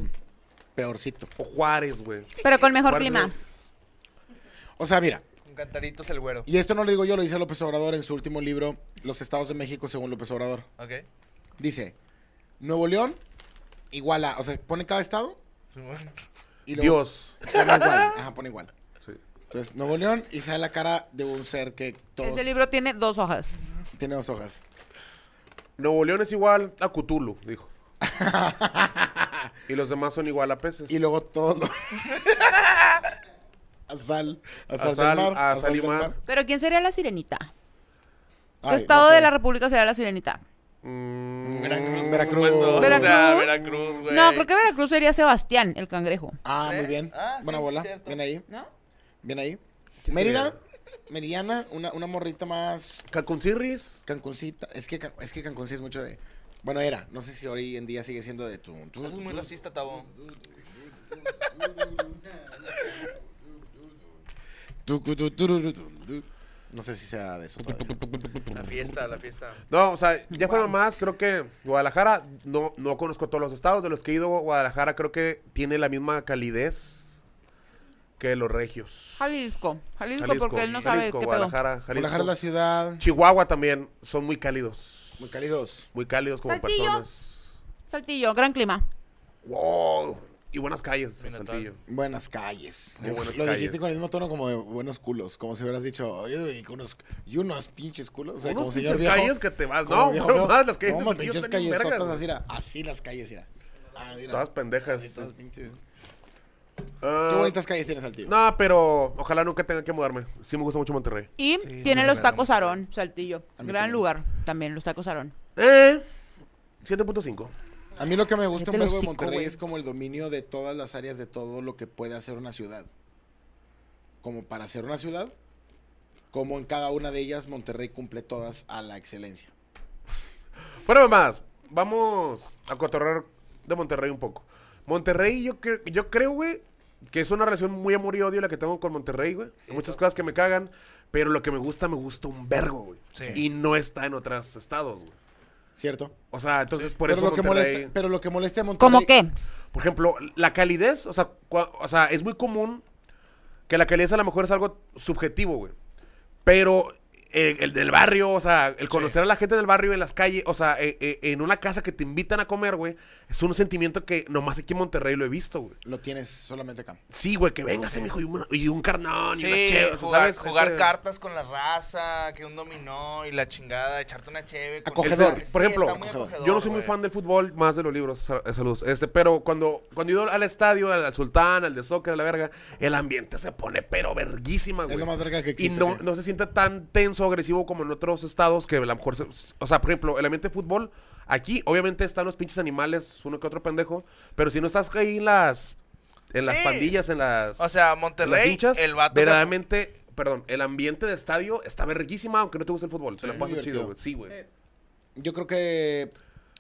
A: peorcito.
C: o Juárez, güey.
D: Pero con mejor
C: Guardia.
D: clima.
A: O sea, mira.
B: con cantaritos el güero.
A: Y esto no lo digo yo, lo dice López Obrador en su último libro, Los Estados de México según López Obrador.
B: ¿Ok?
A: Dice, Nuevo León igual a, o sea, pone cada estado
B: Simón.
A: y luego
C: Dios.
A: pone igual, ajá, pone igual.
C: Sí.
A: Entonces, Nuevo León y sale la cara de un ser que todos
D: Ese libro tiene dos hojas.
A: tiene dos hojas.
C: Nuevo León es igual a Cthulhu, dijo. y los demás son igual a peces.
A: Y luego todo lo... a sal, a sal,
C: A sal,
A: del mar,
C: a sal y
A: del
C: mar.
D: Pero ¿quién sería la sirenita? ¿Qué
A: Ay, no
D: estado de
A: sé.
D: la República sería la sirenita?
C: Mm,
B: Veracruz, por
A: Veracruz.
B: supuesto. O sea,
D: Veracruz.
B: Veracruz, güey.
D: No, creo que Veracruz sería Sebastián, el cangrejo.
A: Ah,
B: ¿Eh?
A: muy bien.
B: Ah,
A: Buena
B: sí,
A: bola.
B: cierto.
A: Bien ahí.
D: ¿No?
A: Bien ahí.
C: ¿Quién
A: Mérida,
C: sería?
A: Meridiana, una, una morrita más
C: Cacuncirris.
A: Cancuncita. Es que, Can- es que Cancún sí es mucho de. Bueno, era. No sé si hoy en día sigue siendo de tu. tu-
B: Es muy
A: tu-
B: racista, Tabo.
A: tu- tu- tu- tu- tu- tu- tu. No sé si sea de eso. todavía.
B: La fiesta, la fiesta.
C: No, o sea, ya fueron más. Creo que Guadalajara, no, no conozco todos los estados. De los que he ido, Guadalajara creo que tiene la misma calidez que los regios.
D: Jalisco. Jalisco, porque él no sabe
C: Jalisco,
D: qué pedo.
C: Guadalajara, Jalisco.
A: Guadalajara es la ciudad.
C: Chihuahua también son muy cálidos.
A: Muy cálidos.
C: Muy cálidos como
D: Saltillo.
C: personas.
D: Saltillo, gran clima.
C: Wow. Y buenas calles,
B: Minotauro.
C: Saltillo.
A: Buenas calles.
C: Muy buenas
A: Lo
C: calles.
A: dijiste con el mismo tono como de buenos culos. Como si hubieras dicho. "Ay, con unos- y unos pinches culos. O sea,
C: Unos
A: como señor
C: pinches
A: viejo.
C: calles que te vas.
A: Como
C: No,
A: viejo,
C: pero
A: viejo.
C: más las calles
A: No,
C: de
A: más
C: Saltillo
A: pinches
C: están bien
A: callesotas
C: vergas,
A: así, era. Así las calles, era. Ah, mira.
C: Todas pendejas.
A: Así, todas pinches.
C: Ah,
A: Qué bonitas calles tienes al tío.
C: No, pero ojalá nunca tenga que mudarme. Sí me gusta mucho Monterrey.
D: Y
B: Sí,
D: tiene
B: no,
D: los
B: me da
D: tacos
B: mucho
D: Aarón, Saltillo.
A: A
D: Gran
A: mí también.
D: lugar también, los tacos Aarón.
C: Eh, 7.5.
A: A mí lo que me gusta un
D: Cállate el
A: verbo de
D: hocico,
A: Monterrey
D: güey.
A: es como el dominio de todas las áreas de todo lo que puede hacer una ciudad. Como para ser una ciudad, como en cada una de ellas Monterrey cumple todas a la excelencia.
C: Bueno, más, vamos a cotorrear de Monterrey un poco. Monterrey, yo, cre- yo creo, güey, que es una relación muy amor y odio la que tengo con Monterrey, güey. Hay Muchas cosas que me cagan, pero lo que me gusta, me gusta un vergo, güey.
B: Sí.
C: Y no está en otros estados, güey.
A: ¿Cierto?
C: O sea, entonces por
A: pero,
C: eso
A: lo que
C: Monterrey...
A: molesta, pero lo que molesta a Monterrey.
D: ¿Cómo qué?
C: Por ejemplo, la calidez, o sea, cua- o sea, es muy común que la calidez a lo mejor es algo subjetivo, güey. Pero eh, el, del barrio, o sea, el conocer a la gente del barrio en las calles, o sea, eh, eh, en una casa que te invitan a comer, güey, es un sentimiento que nomás aquí en Monterrey lo he visto, güey.
A: Lo tienes solamente acá.
C: Sí, güey, que venga ese mijo y un, y un carnón y una
B: Sí,
C: cheve, o sea,
B: jugar,
C: ¿sabes?
B: jugar
C: Ese-
B: cartas con la raza, que un dominó y la chingada, echarte una cheve. con-
A: Acogedor.
B: Sí,
C: Por ejemplo,
B: está muy
A: acogedor.
B: acogedor,
C: Yo no soy muy
B: güey.
C: fan del fútbol, más de los libros, sal- eh, saludos. Este, pero cuando, cuando he ido al estadio, al, al sultán, al de soccer, a la verga, el ambiente se pone pero verguísima, güey.
A: lo más verga que
C: Y
A: existe,
C: no,
A: sí.
C: no se siente tan tenso, agresivo como en otros estados que a lo mejor, se- o sea, por ejemplo, el ambiente de fútbol, aquí obviamente están los pinches animales, uno que otro pendejo, pero si no estás ahí en las, en las
B: Sí.
C: pandillas, en las...
B: O sea,
C: en las
B: Monterrey,
C: hinchas,
B: el vato.
C: verdaderamente... Perdón, el ambiente de estadio está verguísima, aunque no te guste el fútbol. Te la
A: Muy
C: pasas
A: divertido.
C: chido, güey. Sí, güey.
A: Yo creo que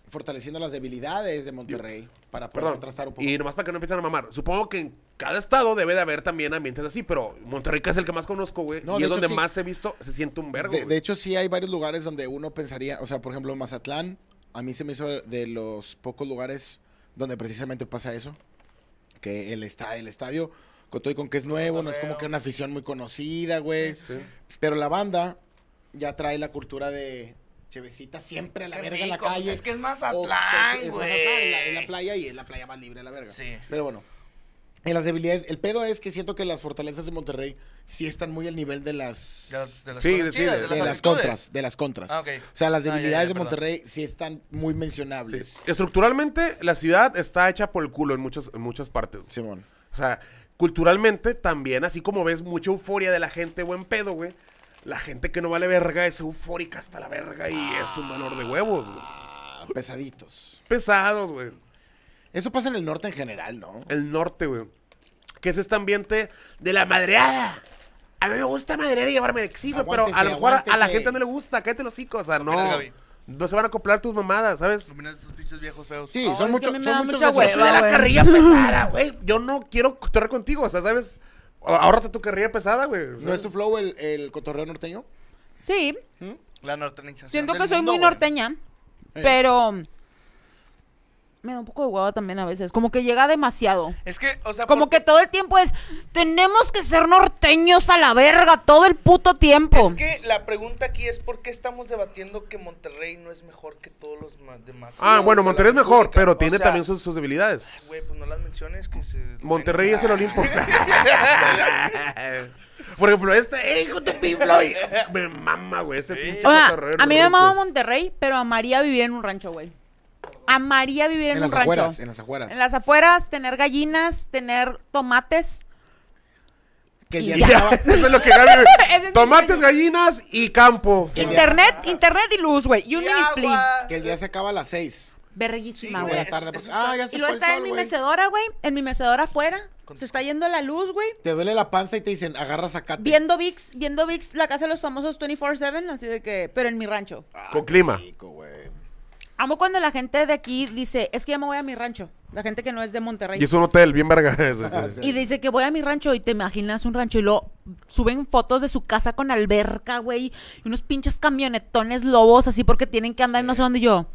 A: fortaleciendo las debilidades de Monterrey para poder
C: Perdón.
A: contrastar un poco.
C: Y nomás para que no empiecen a mamar. Supongo que en cada estado debe de haber también ambientes así, pero Monterrey que es el que más conozco, güey.
A: No,
C: y
A: de
C: es
A: hecho,
C: donde
A: sí.
C: más he visto, se siente un vergo.
A: De, de
C: güey.
A: hecho, sí hay varios lugares donde uno pensaría, o sea, por ejemplo, Mazatlán, a mí se me hizo de, de los pocos lugares donde precisamente pasa eso, que el, esta- el estadio, con todo y con que es nuevo, no es como que una afición muy conocida, güey, pero la banda ya trae la cultura de chevecita siempre a la
B: Qué
A: verga en la
B: rico, pues,
A: calle. Oh,
B: es que es
A: o-
B: Mazatlán,
A: es- es
B: güey.
A: Mazatlán, en la- en la playa y en la playa más libre a la verga.
B: Sí.
A: Pero bueno, en las debilidades, el pedo es que siento que las fortalezas de Monterrey sí están muy al nivel de las...
B: De las- de las
C: Sí,
B: cosas
C: sí,
B: chidas,
A: De
C: de-
A: las
B: actitudes.
A: contras, de las contras.
B: Ah, ok.
A: O sea, las
B: Ah, ya, ya,
A: debilidades de
B: perdón.
A: Monterrey sí están muy
C: Sí.
A: mencionables.
C: Estructuralmente, la ciudad está hecha por el culo en muchas, en muchas partes. güey.
A: Simón.
C: O sea, culturalmente también, así como ves mucha euforia de la gente, buen pedo, güey. La gente que no vale verga es eufórica hasta la verga y es un dolor de huevos, güey.
A: Ah, Pesaditos.
C: Pesados, güey.
A: Eso pasa en el norte en general, ¿no?
C: El norte, güey. Que es este ambiente de la madreada. A mí me gusta madrear y llevarme de sí, güey, pero a
A: Aguántese,
C: lo mejor a- a la
A: aguántese.
C: gente no le gusta. Cállate los hocico, o sea, no.
B: Gaby.
C: No se van a acoplar tus mamadas, ¿sabes?
B: Mira esos pinches viejos feos.
A: Sí,
D: No, es
A: son
D: que a
A: muchos.
D: mí me da
A: Son muchos
D: mucha
A: de esos.
C: Pues, de la
D: güey.
C: carrilla pesada, güey. Yo no quiero cotorrear contigo, o sea, ¿sabes? A- Ahórrate tu carrilla pesada, güey.
A: ¿No es tu flow el, el cotorreo norteño?
D: Sí,
B: La norteña.
D: siento que soy muy norteña, pero me da un poco de hueva también a veces, como que llega demasiado.
B: Es que, o sea,
D: Como
B: porque-
D: que todo el tiempo es, tenemos que ser norteños a la verga, todo el puto tiempo.
B: Es que la pregunta aquí es por qué estamos debatiendo que Monterrey no es mejor que todos los ma- demás.
C: Ah,
B: ciudades
C: bueno,
B: de la
C: Monterrey es mejor,
B: República.
C: pero
B: O
C: tiene
B: sea,
C: también sus, sus debilidades.
B: Güey, pues no las menciones que se...
C: Monterrey es el Olimpo. Por ejemplo, este, hijo de Pink Floyd. Me mama, güey, ese pinche
D: O sea,
C: cotorreo
D: a mí me
C: ruco.
D: amaba Monterrey, pero amaría vivir en un rancho, güey. Amaría vivir en,
A: En
D: un
A: las
D: rancho.
A: afueras, en las afueras.
D: En las afueras, tener gallinas, tener tomates.
A: Que
D: Y
A: ya
D: ya.
A: estaba-
C: Eso es lo que gana. güey.
D: Ese es
C: Tomates,
D: mi sueño.
C: gallinas y campo.
A: Que el, día,
D: Internet, internet y luz, güey. Y un mini split.
A: que el día se acaba a las 6
D: Verguísima,
B: Sí,
A: de
D: güey.
A: la tarde. porque-
B: eso- eso está-
A: ah, ya se
D: Y luego
A: fue el
D: está en
A: sol,
D: mi
A: güey.
D: mecedora, güey. En mi mecedora afuera. Se está yendo la luz, güey.
A: Te duele la panza y te dicen, agarra sacate.
D: Viendo VIX, viendo VIX, la casa de los famosos 24-7, así de que, pero en mi rancho.
A: Ah.
C: Con clima.
A: Rico, güey.
D: Amo cuando la gente de aquí dice, es que ya me voy a mi rancho. La gente que no es de Monterrey.
C: Y es un hotel, bien verga. eso.
D: Y dice que voy a mi rancho y te imaginas un rancho y luego suben fotos de su casa con alberca, güey, y unos pinches camionetones lobos así porque tienen que andar en no sé dónde y yo.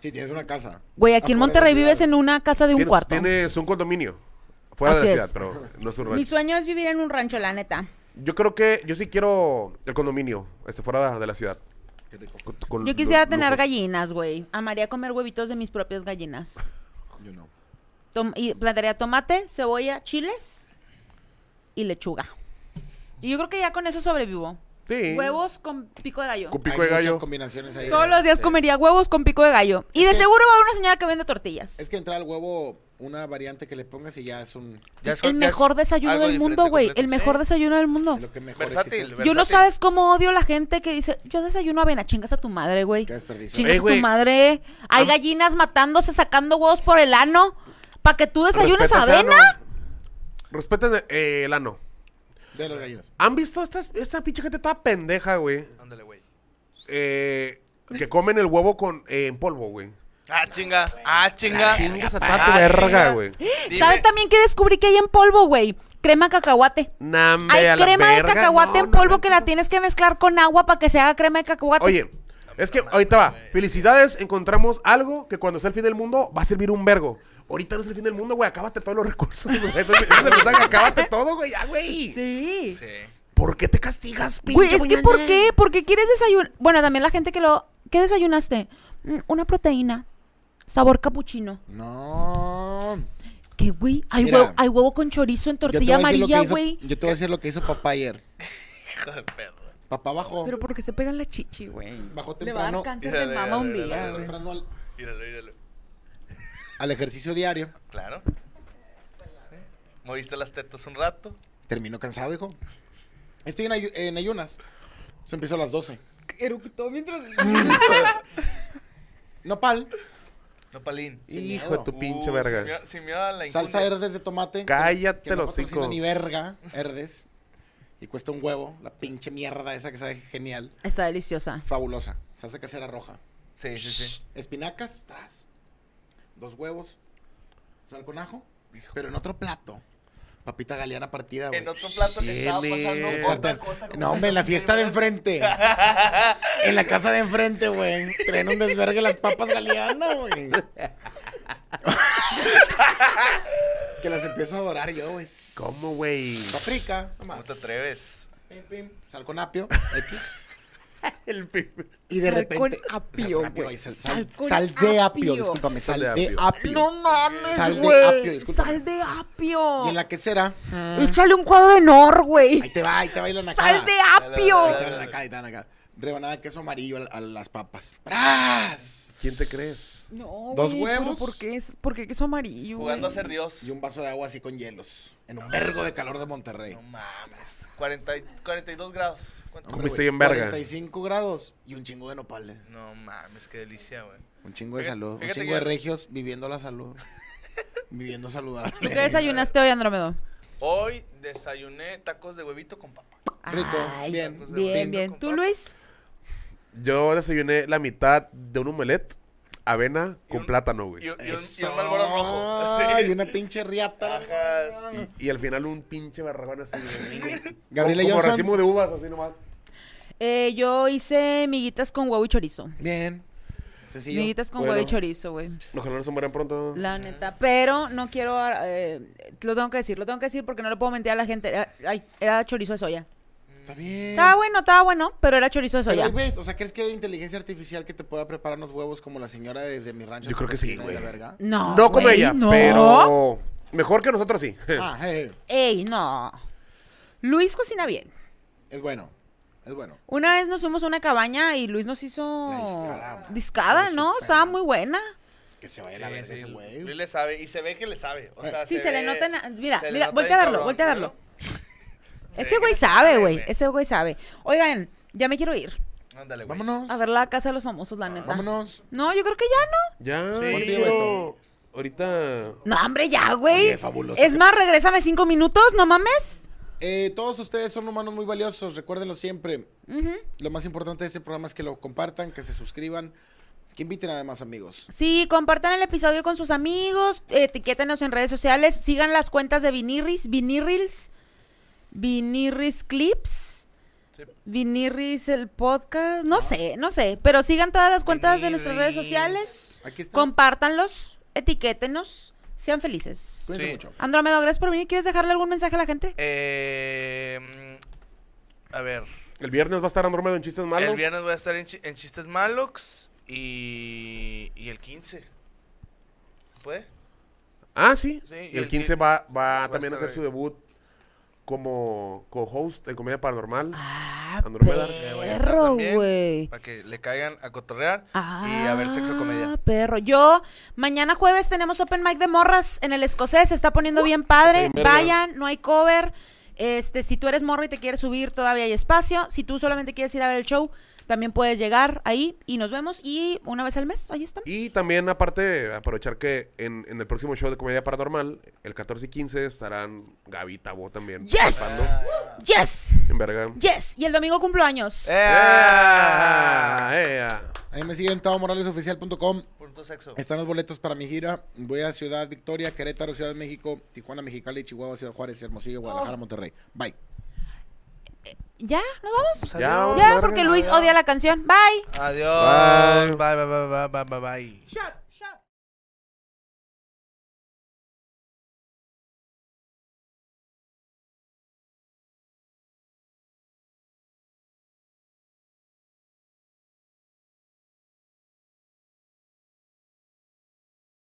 A: Sí, tienes una casa.
D: Güey, aquí en
A: Afuera de
D: Monterrey
A: la
D: vives
A: ciudad.
D: en una casa de un
C: Tienes-
D: cuarto.
C: Tienes un condominio. Fuera de
D: Así
C: la
D: es.
C: ciudad, pero no es un
D: Mi
C: rancho.
D: sueño es vivir en un rancho, la neta.
C: Yo creo que yo sí quiero el condominio, este, fuera de la ciudad.
A: Qué rico.
C: Con- con
D: Yo quisiera
C: lu-
D: tener
C: lujos.
D: gallinas, güey. Amaría comer huevitos de mis propias gallinas.
A: Yo no.
D: Tom- y plantaría tomate, cebolla, chiles y lechuga. Y yo creo que ya con eso sobrevivo.
C: Sí.
D: Huevos con pico de gallo.
C: Con
A: Hay
C: pico de
A: muchas
C: gallo.
A: combinaciones ahí.
D: Todos los días comería huevos con pico de gallo. Y de
A: que-
D: seguro va a haber una señora que vende tortillas.
A: Es que entrar al huevo, una variante que le pongas y ya es un.
B: Ya es- ya
D: El
B: es
D: mejor desayuno
B: algo
D: del mundo,
B: diferente
D: güey. El
B: completamente.
D: mejor desayuno del mundo.
A: Es lo que mejor
B: Versátil,
A: existe.
D: Yo no
B: versátil.
D: sabes cómo odio la gente que dice, yo desayuno avena, chingas a tu madre, güey.
A: Qué desperdicio.
D: Chingas
C: Ey,
D: a
C: Eh, güey.
D: tu madre. Hay
C: Am-
D: gallinas matándose, sacando huevos por el ano. ¿Para que tú desayunes
C: Respeta ese
D: avena?
C: ano. Respeten eh, el ano.
A: De los gallinos.
C: ¿Han visto estas, esta pinche gente toda pendeja, güey?
B: Ándale, güey.
C: Eh, que comen el huevo con, eh, en polvo, güey.
B: Ah, chinga. Ah, chinga.
C: Chingas a
B: Ah,
C: toda tu verga,
B: chinga.
C: güey.
B: Dime.
D: ¿Sabes también qué descubrí que hay en polvo, güey? Crema cacahuate.
C: Nambe,
D: Hay
C: a la
D: crema de
C: verga.
D: cacahuate
C: No,
D: en
C: no,
D: polvo
C: no,
D: que la
C: no.
D: tienes que mezclar con agua para que se haga crema de cacahuate.
C: Oye, es que ahorita va. Felicidades, encontramos algo que cuando sea el fin del mundo va a servir un vergo. Ahorita no es el fin del mundo, güey. Acábate todos los recursos. güey. Ese es, ese es el mensaje. Acábate todo, güey. Ya, güey.
D: Sí.
B: Sí.
C: ¿Por qué te castigas, pinche
D: Güey, es que ¿por
C: mañana?
D: qué? ¿Por qué quieres desayunar? Bueno, también la gente que lo... ¿Qué desayunaste? Mm, Una proteína. Sabor capuchino.
A: No.
D: ¿Qué, güey? Hay,
A: Mira,
D: huevo, hay huevo con chorizo en tortilla
A: Yo te voy a decir lo que
D: amarilla,
A: hizo-
D: güey.
A: Yo te voy a decir lo que hizo papá ayer.
B: Hijo de perro.
A: Papá bajó.
D: Pero porque se pegan la chichi, güey.
A: Bajó
D: Le va a dar
A: temprano.
D: cáncer
B: Mírale,
D: de mama un
B: mírale,
D: día,
B: mírale,
D: güey.
A: temprano al,
B: Míralo, míralo.
A: al ejercicio diario.
B: Claro. ¿Eh? Moviste las tetas un rato.
A: Terminó cansado, hijo. Estoy en, ayu- en ayunas. Se empezó a las 12.
D: Eructó mientras...
A: Nopal,
B: Nopalín.
A: Sin
C: Hijo
A: miedo.
C: de tu pinche
B: Uh,
C: verga.
B: sin miedo- Sin miedo a la
A: salsa
B: injundia.
A: herdes de tomate.
C: Cállate
A: que no
C: los
A: patrocina
C: hocico.
A: ni verga, herdes. Y cuesta un huevo, la pinche mierda esa que sabe genial.
D: Está deliciosa.
A: Fabulosa. Salsa casera roja.
B: Sí, sí, sí.
A: Espinacas, tras. Dos huevos, sal con ajo, pero en otro plato. Papita galeana partida, güey.
B: En otro plato que estaba
C: Tienes.
B: pasando
A: Cortan.
B: otra cosa.
A: No, hombre, en la fiesta de enfrente. En la casa de enfrente, güey. Traen un desvergue las papas galeanas, güey. que las empiezo a adorar yo, güey.
C: ¿Cómo, güey?
A: Paprika, nomás.
B: ¿Cómo te atreves?
A: Pim, pim. Sal con apio, X.
C: El pibe.
A: Y de
D: Sal
A: repente.
D: con
A: sal
D: apio,
A: con apio,
D: güey.
A: ay, Sal,
D: Sal
A: sal-
D: con
A: sal de apio,
D: apio.
A: discúlpame. Sal,
C: Sal de
A: de
C: apio.
A: apio.
D: No mames,
A: Sal de apio,
D: güey.
A: discúlpame.
D: Sal de apio. Mm.
A: Y en la quesera.
D: Échale un cuadro de nor,
A: Ahí
D: güey.
A: te va, ahí te va y la nacada.
D: Sal de
A: Ahí te
D: apio.
A: va la nacada, ahí te va la nacada. Rebanada de queso amarillo a, a las papas. ¡Pras!
C: ¿Quién te crees?
D: No,
A: Dos
D: güey, pero
A: huevos.
D: ¿Por qué es, por qué queso amarillo?
B: Jugando a
D: güey?
B: ser Dios.
A: Y un vaso de agua así con hielos. En un vergo de calor de Monterrey.
B: No mames. 40 y- 42 grados. ¿Cuánto?
C: Comiste
A: Hombre,
C: bien verga.
A: 45 grados y un chingo de nopales.
B: No mames, qué delicia, güey.
A: Un chingo de
B: Fíjate-
A: salud. Un
B: fíjate
A: chingo
B: que-
A: de regios viviendo la salud. viviendo saludable.
D: ¿Tú qué desayunaste hoy, Andrómedo?
B: Hoy desayuné tacos de huevito con papa.
A: Rico, bien,
B: tacos de
D: Bien,
B: huevito
D: bien.
B: con
D: ¿Tú,
B: papa.
D: Luis?
C: Yo desayuné la mitad de un omelette, avena
B: Y
C: con
B: un-
C: plátano,
B: Y, y
C: güey.
B: un, y un
A: Eso.
B: Marlboro rojo. Ah.
A: Y una pinche riata.
B: Ajá, sí.
C: Y, y al final un pinche barragón así, güey.
A: Gabriela
C: como, como
A: Johnson.
C: racimo de uvas, así nomás.
D: Eh, yo hice miguitas con huevo y chorizo.
A: Bien. Sencillo.
D: Miguitas con
C: Bueno.
D: huevo y chorizo, güey.
C: Los jalones se mueren pronto.
D: La neta. Pero no quiero. eh, lo tengo que decir, lo tengo que decir porque no le puedo mentir a la gente. Era, ay, era chorizo de soya.
A: Está bien.
D: Estaba bueno, estaba bueno, pero era chorizo de
A: Pero,
D: soya.
A: güey, o sea, ¿crees que hay inteligencia artificial que te pueda preparar unos huevos como la señora desde mi rancho?
C: Yo creo que sí,
A: Campesina y la
C: güey.
A: verga?
D: No.
C: No con
D: güey,
C: ella,
D: no.
C: pero mejor que nosotros sí.
A: Ah, hey.
D: Ey, no. Luis cocina bien.
A: Es bueno. Es bueno.
D: Una vez nos fuimos a una cabaña y Luis nos hizo
A: La discada.
D: discada, ¿no? Estaba muy buena.
A: Que se vaya a la verga
B: Sí, sí,
A: ese güey.
B: Luis le sabe y se ve que le sabe. O sea,
D: Sí, se le
B: ve-
D: nota. na- Mira,
B: se le
D: mira,
B: nota
D: voltea a
B: bien
D: verlo,
B: cabrón,
D: voltea a verlo.
B: Se
D: Ese
B: ve
D: güey
B: que le sabe,
D: sabe, güey.
B: güey.
D: Ese güey sabe. Oigan, ya me quiero ir
B: Ándale, güey.
A: Vámonos.
D: a ver la casa de los famosos, la neta.
A: Vámonos.
D: No, yo creo que ya no.
C: Ya.
B: Sí.
C: tío, esto. Ahorita.
D: No, hombre, ya, güey.
A: Oye, fabuloso.
D: Es más, regrésame cinco minutos, no mames.
A: Eh, todos ustedes son humanos muy valiosos, recuérdenlo siempre.
D: Ujú.
A: Lo más importante de este programa es que lo compartan, que se suscriban, que inviten además amigos.
D: Sí, compartan el episodio con sus amigos, etiquétenos en redes sociales, sigan las cuentas de Vinirris, Vinirris, Vinirris Clips,
B: Sí.
D: Vinirris el podcast, no sé, no sé, pero sigan todas las cuentas de nuestras redes
B: Vinirris.
D: sociales,
A: Aquí está.
D: compártanlos, etiquétenos, sean felices.
A: Cuídense
B: Sí.
A: mucho.
D: Andrómedo, gracias por venir. ¿Quieres dejarle algún mensaje a la gente?
B: Eh, mm, a ver.
C: El viernes va a estar Andrómedo en chistes malos.
B: El viernes voy a estar en, chi- en Chistes Malox y, y el 15. ¿Puede?
C: Ah, sí.
B: Sí,
C: y el 15 va, va
B: a
C: también a
B: estar
C: hacer su
B: ahí.
C: debut como co-host en Comedia Paranormal.
D: Ah,
C: Andrómeda,
B: Eh, voy a estar
D: perro,
B: también,
D: güey.
B: Para que le caigan a cotorrear y a ver sexo comedia.
D: Ah, Perro, yo mañana jueves tenemos open mic de morras en el escocés, se está poniendo bien padre.
C: Está bien Uh, verga.
D: Vayan, no hay cover. Este, si tú eres morro y te quieres subir, todavía hay espacio. Si tú solamente quieres ir a ver el show, también puedes llegar ahí y nos vemos y una vez al mes, ahí están.
C: Y también, aparte, aprovechar que en, en el próximo show de Comedia Paranormal, el 14 y 15, estarán Gaby y Tabo también.
D: Yes.
C: participando
D: Yes,
C: En verga.
D: yes, y el domingo cumplo años.
C: Eh.
B: ¡Ea!
C: ¡Ea! Ah, ¡Ea!
A: Ahí me siguen tadomoralesoficial.com.
B: Punto sexo.
A: Están los boletos para mi gira. Voy a Ciudad Victoria, Querétaro, Ciudad de México, Tijuana, Mexicali, Chihuahua, Ciudad Juárez, Hermosillo, Guadalajara, Monterrey. Bye.
D: ¿Ya? ¿Nos vamos?
C: Ya,
B: Adiós.
C: vamos a
D: Ya,
C: la verga.
D: porque Luis odia la canción. Bye.
B: Adiós. Bye, bye, bye, bye, bye, bye. bye.
D: Shot.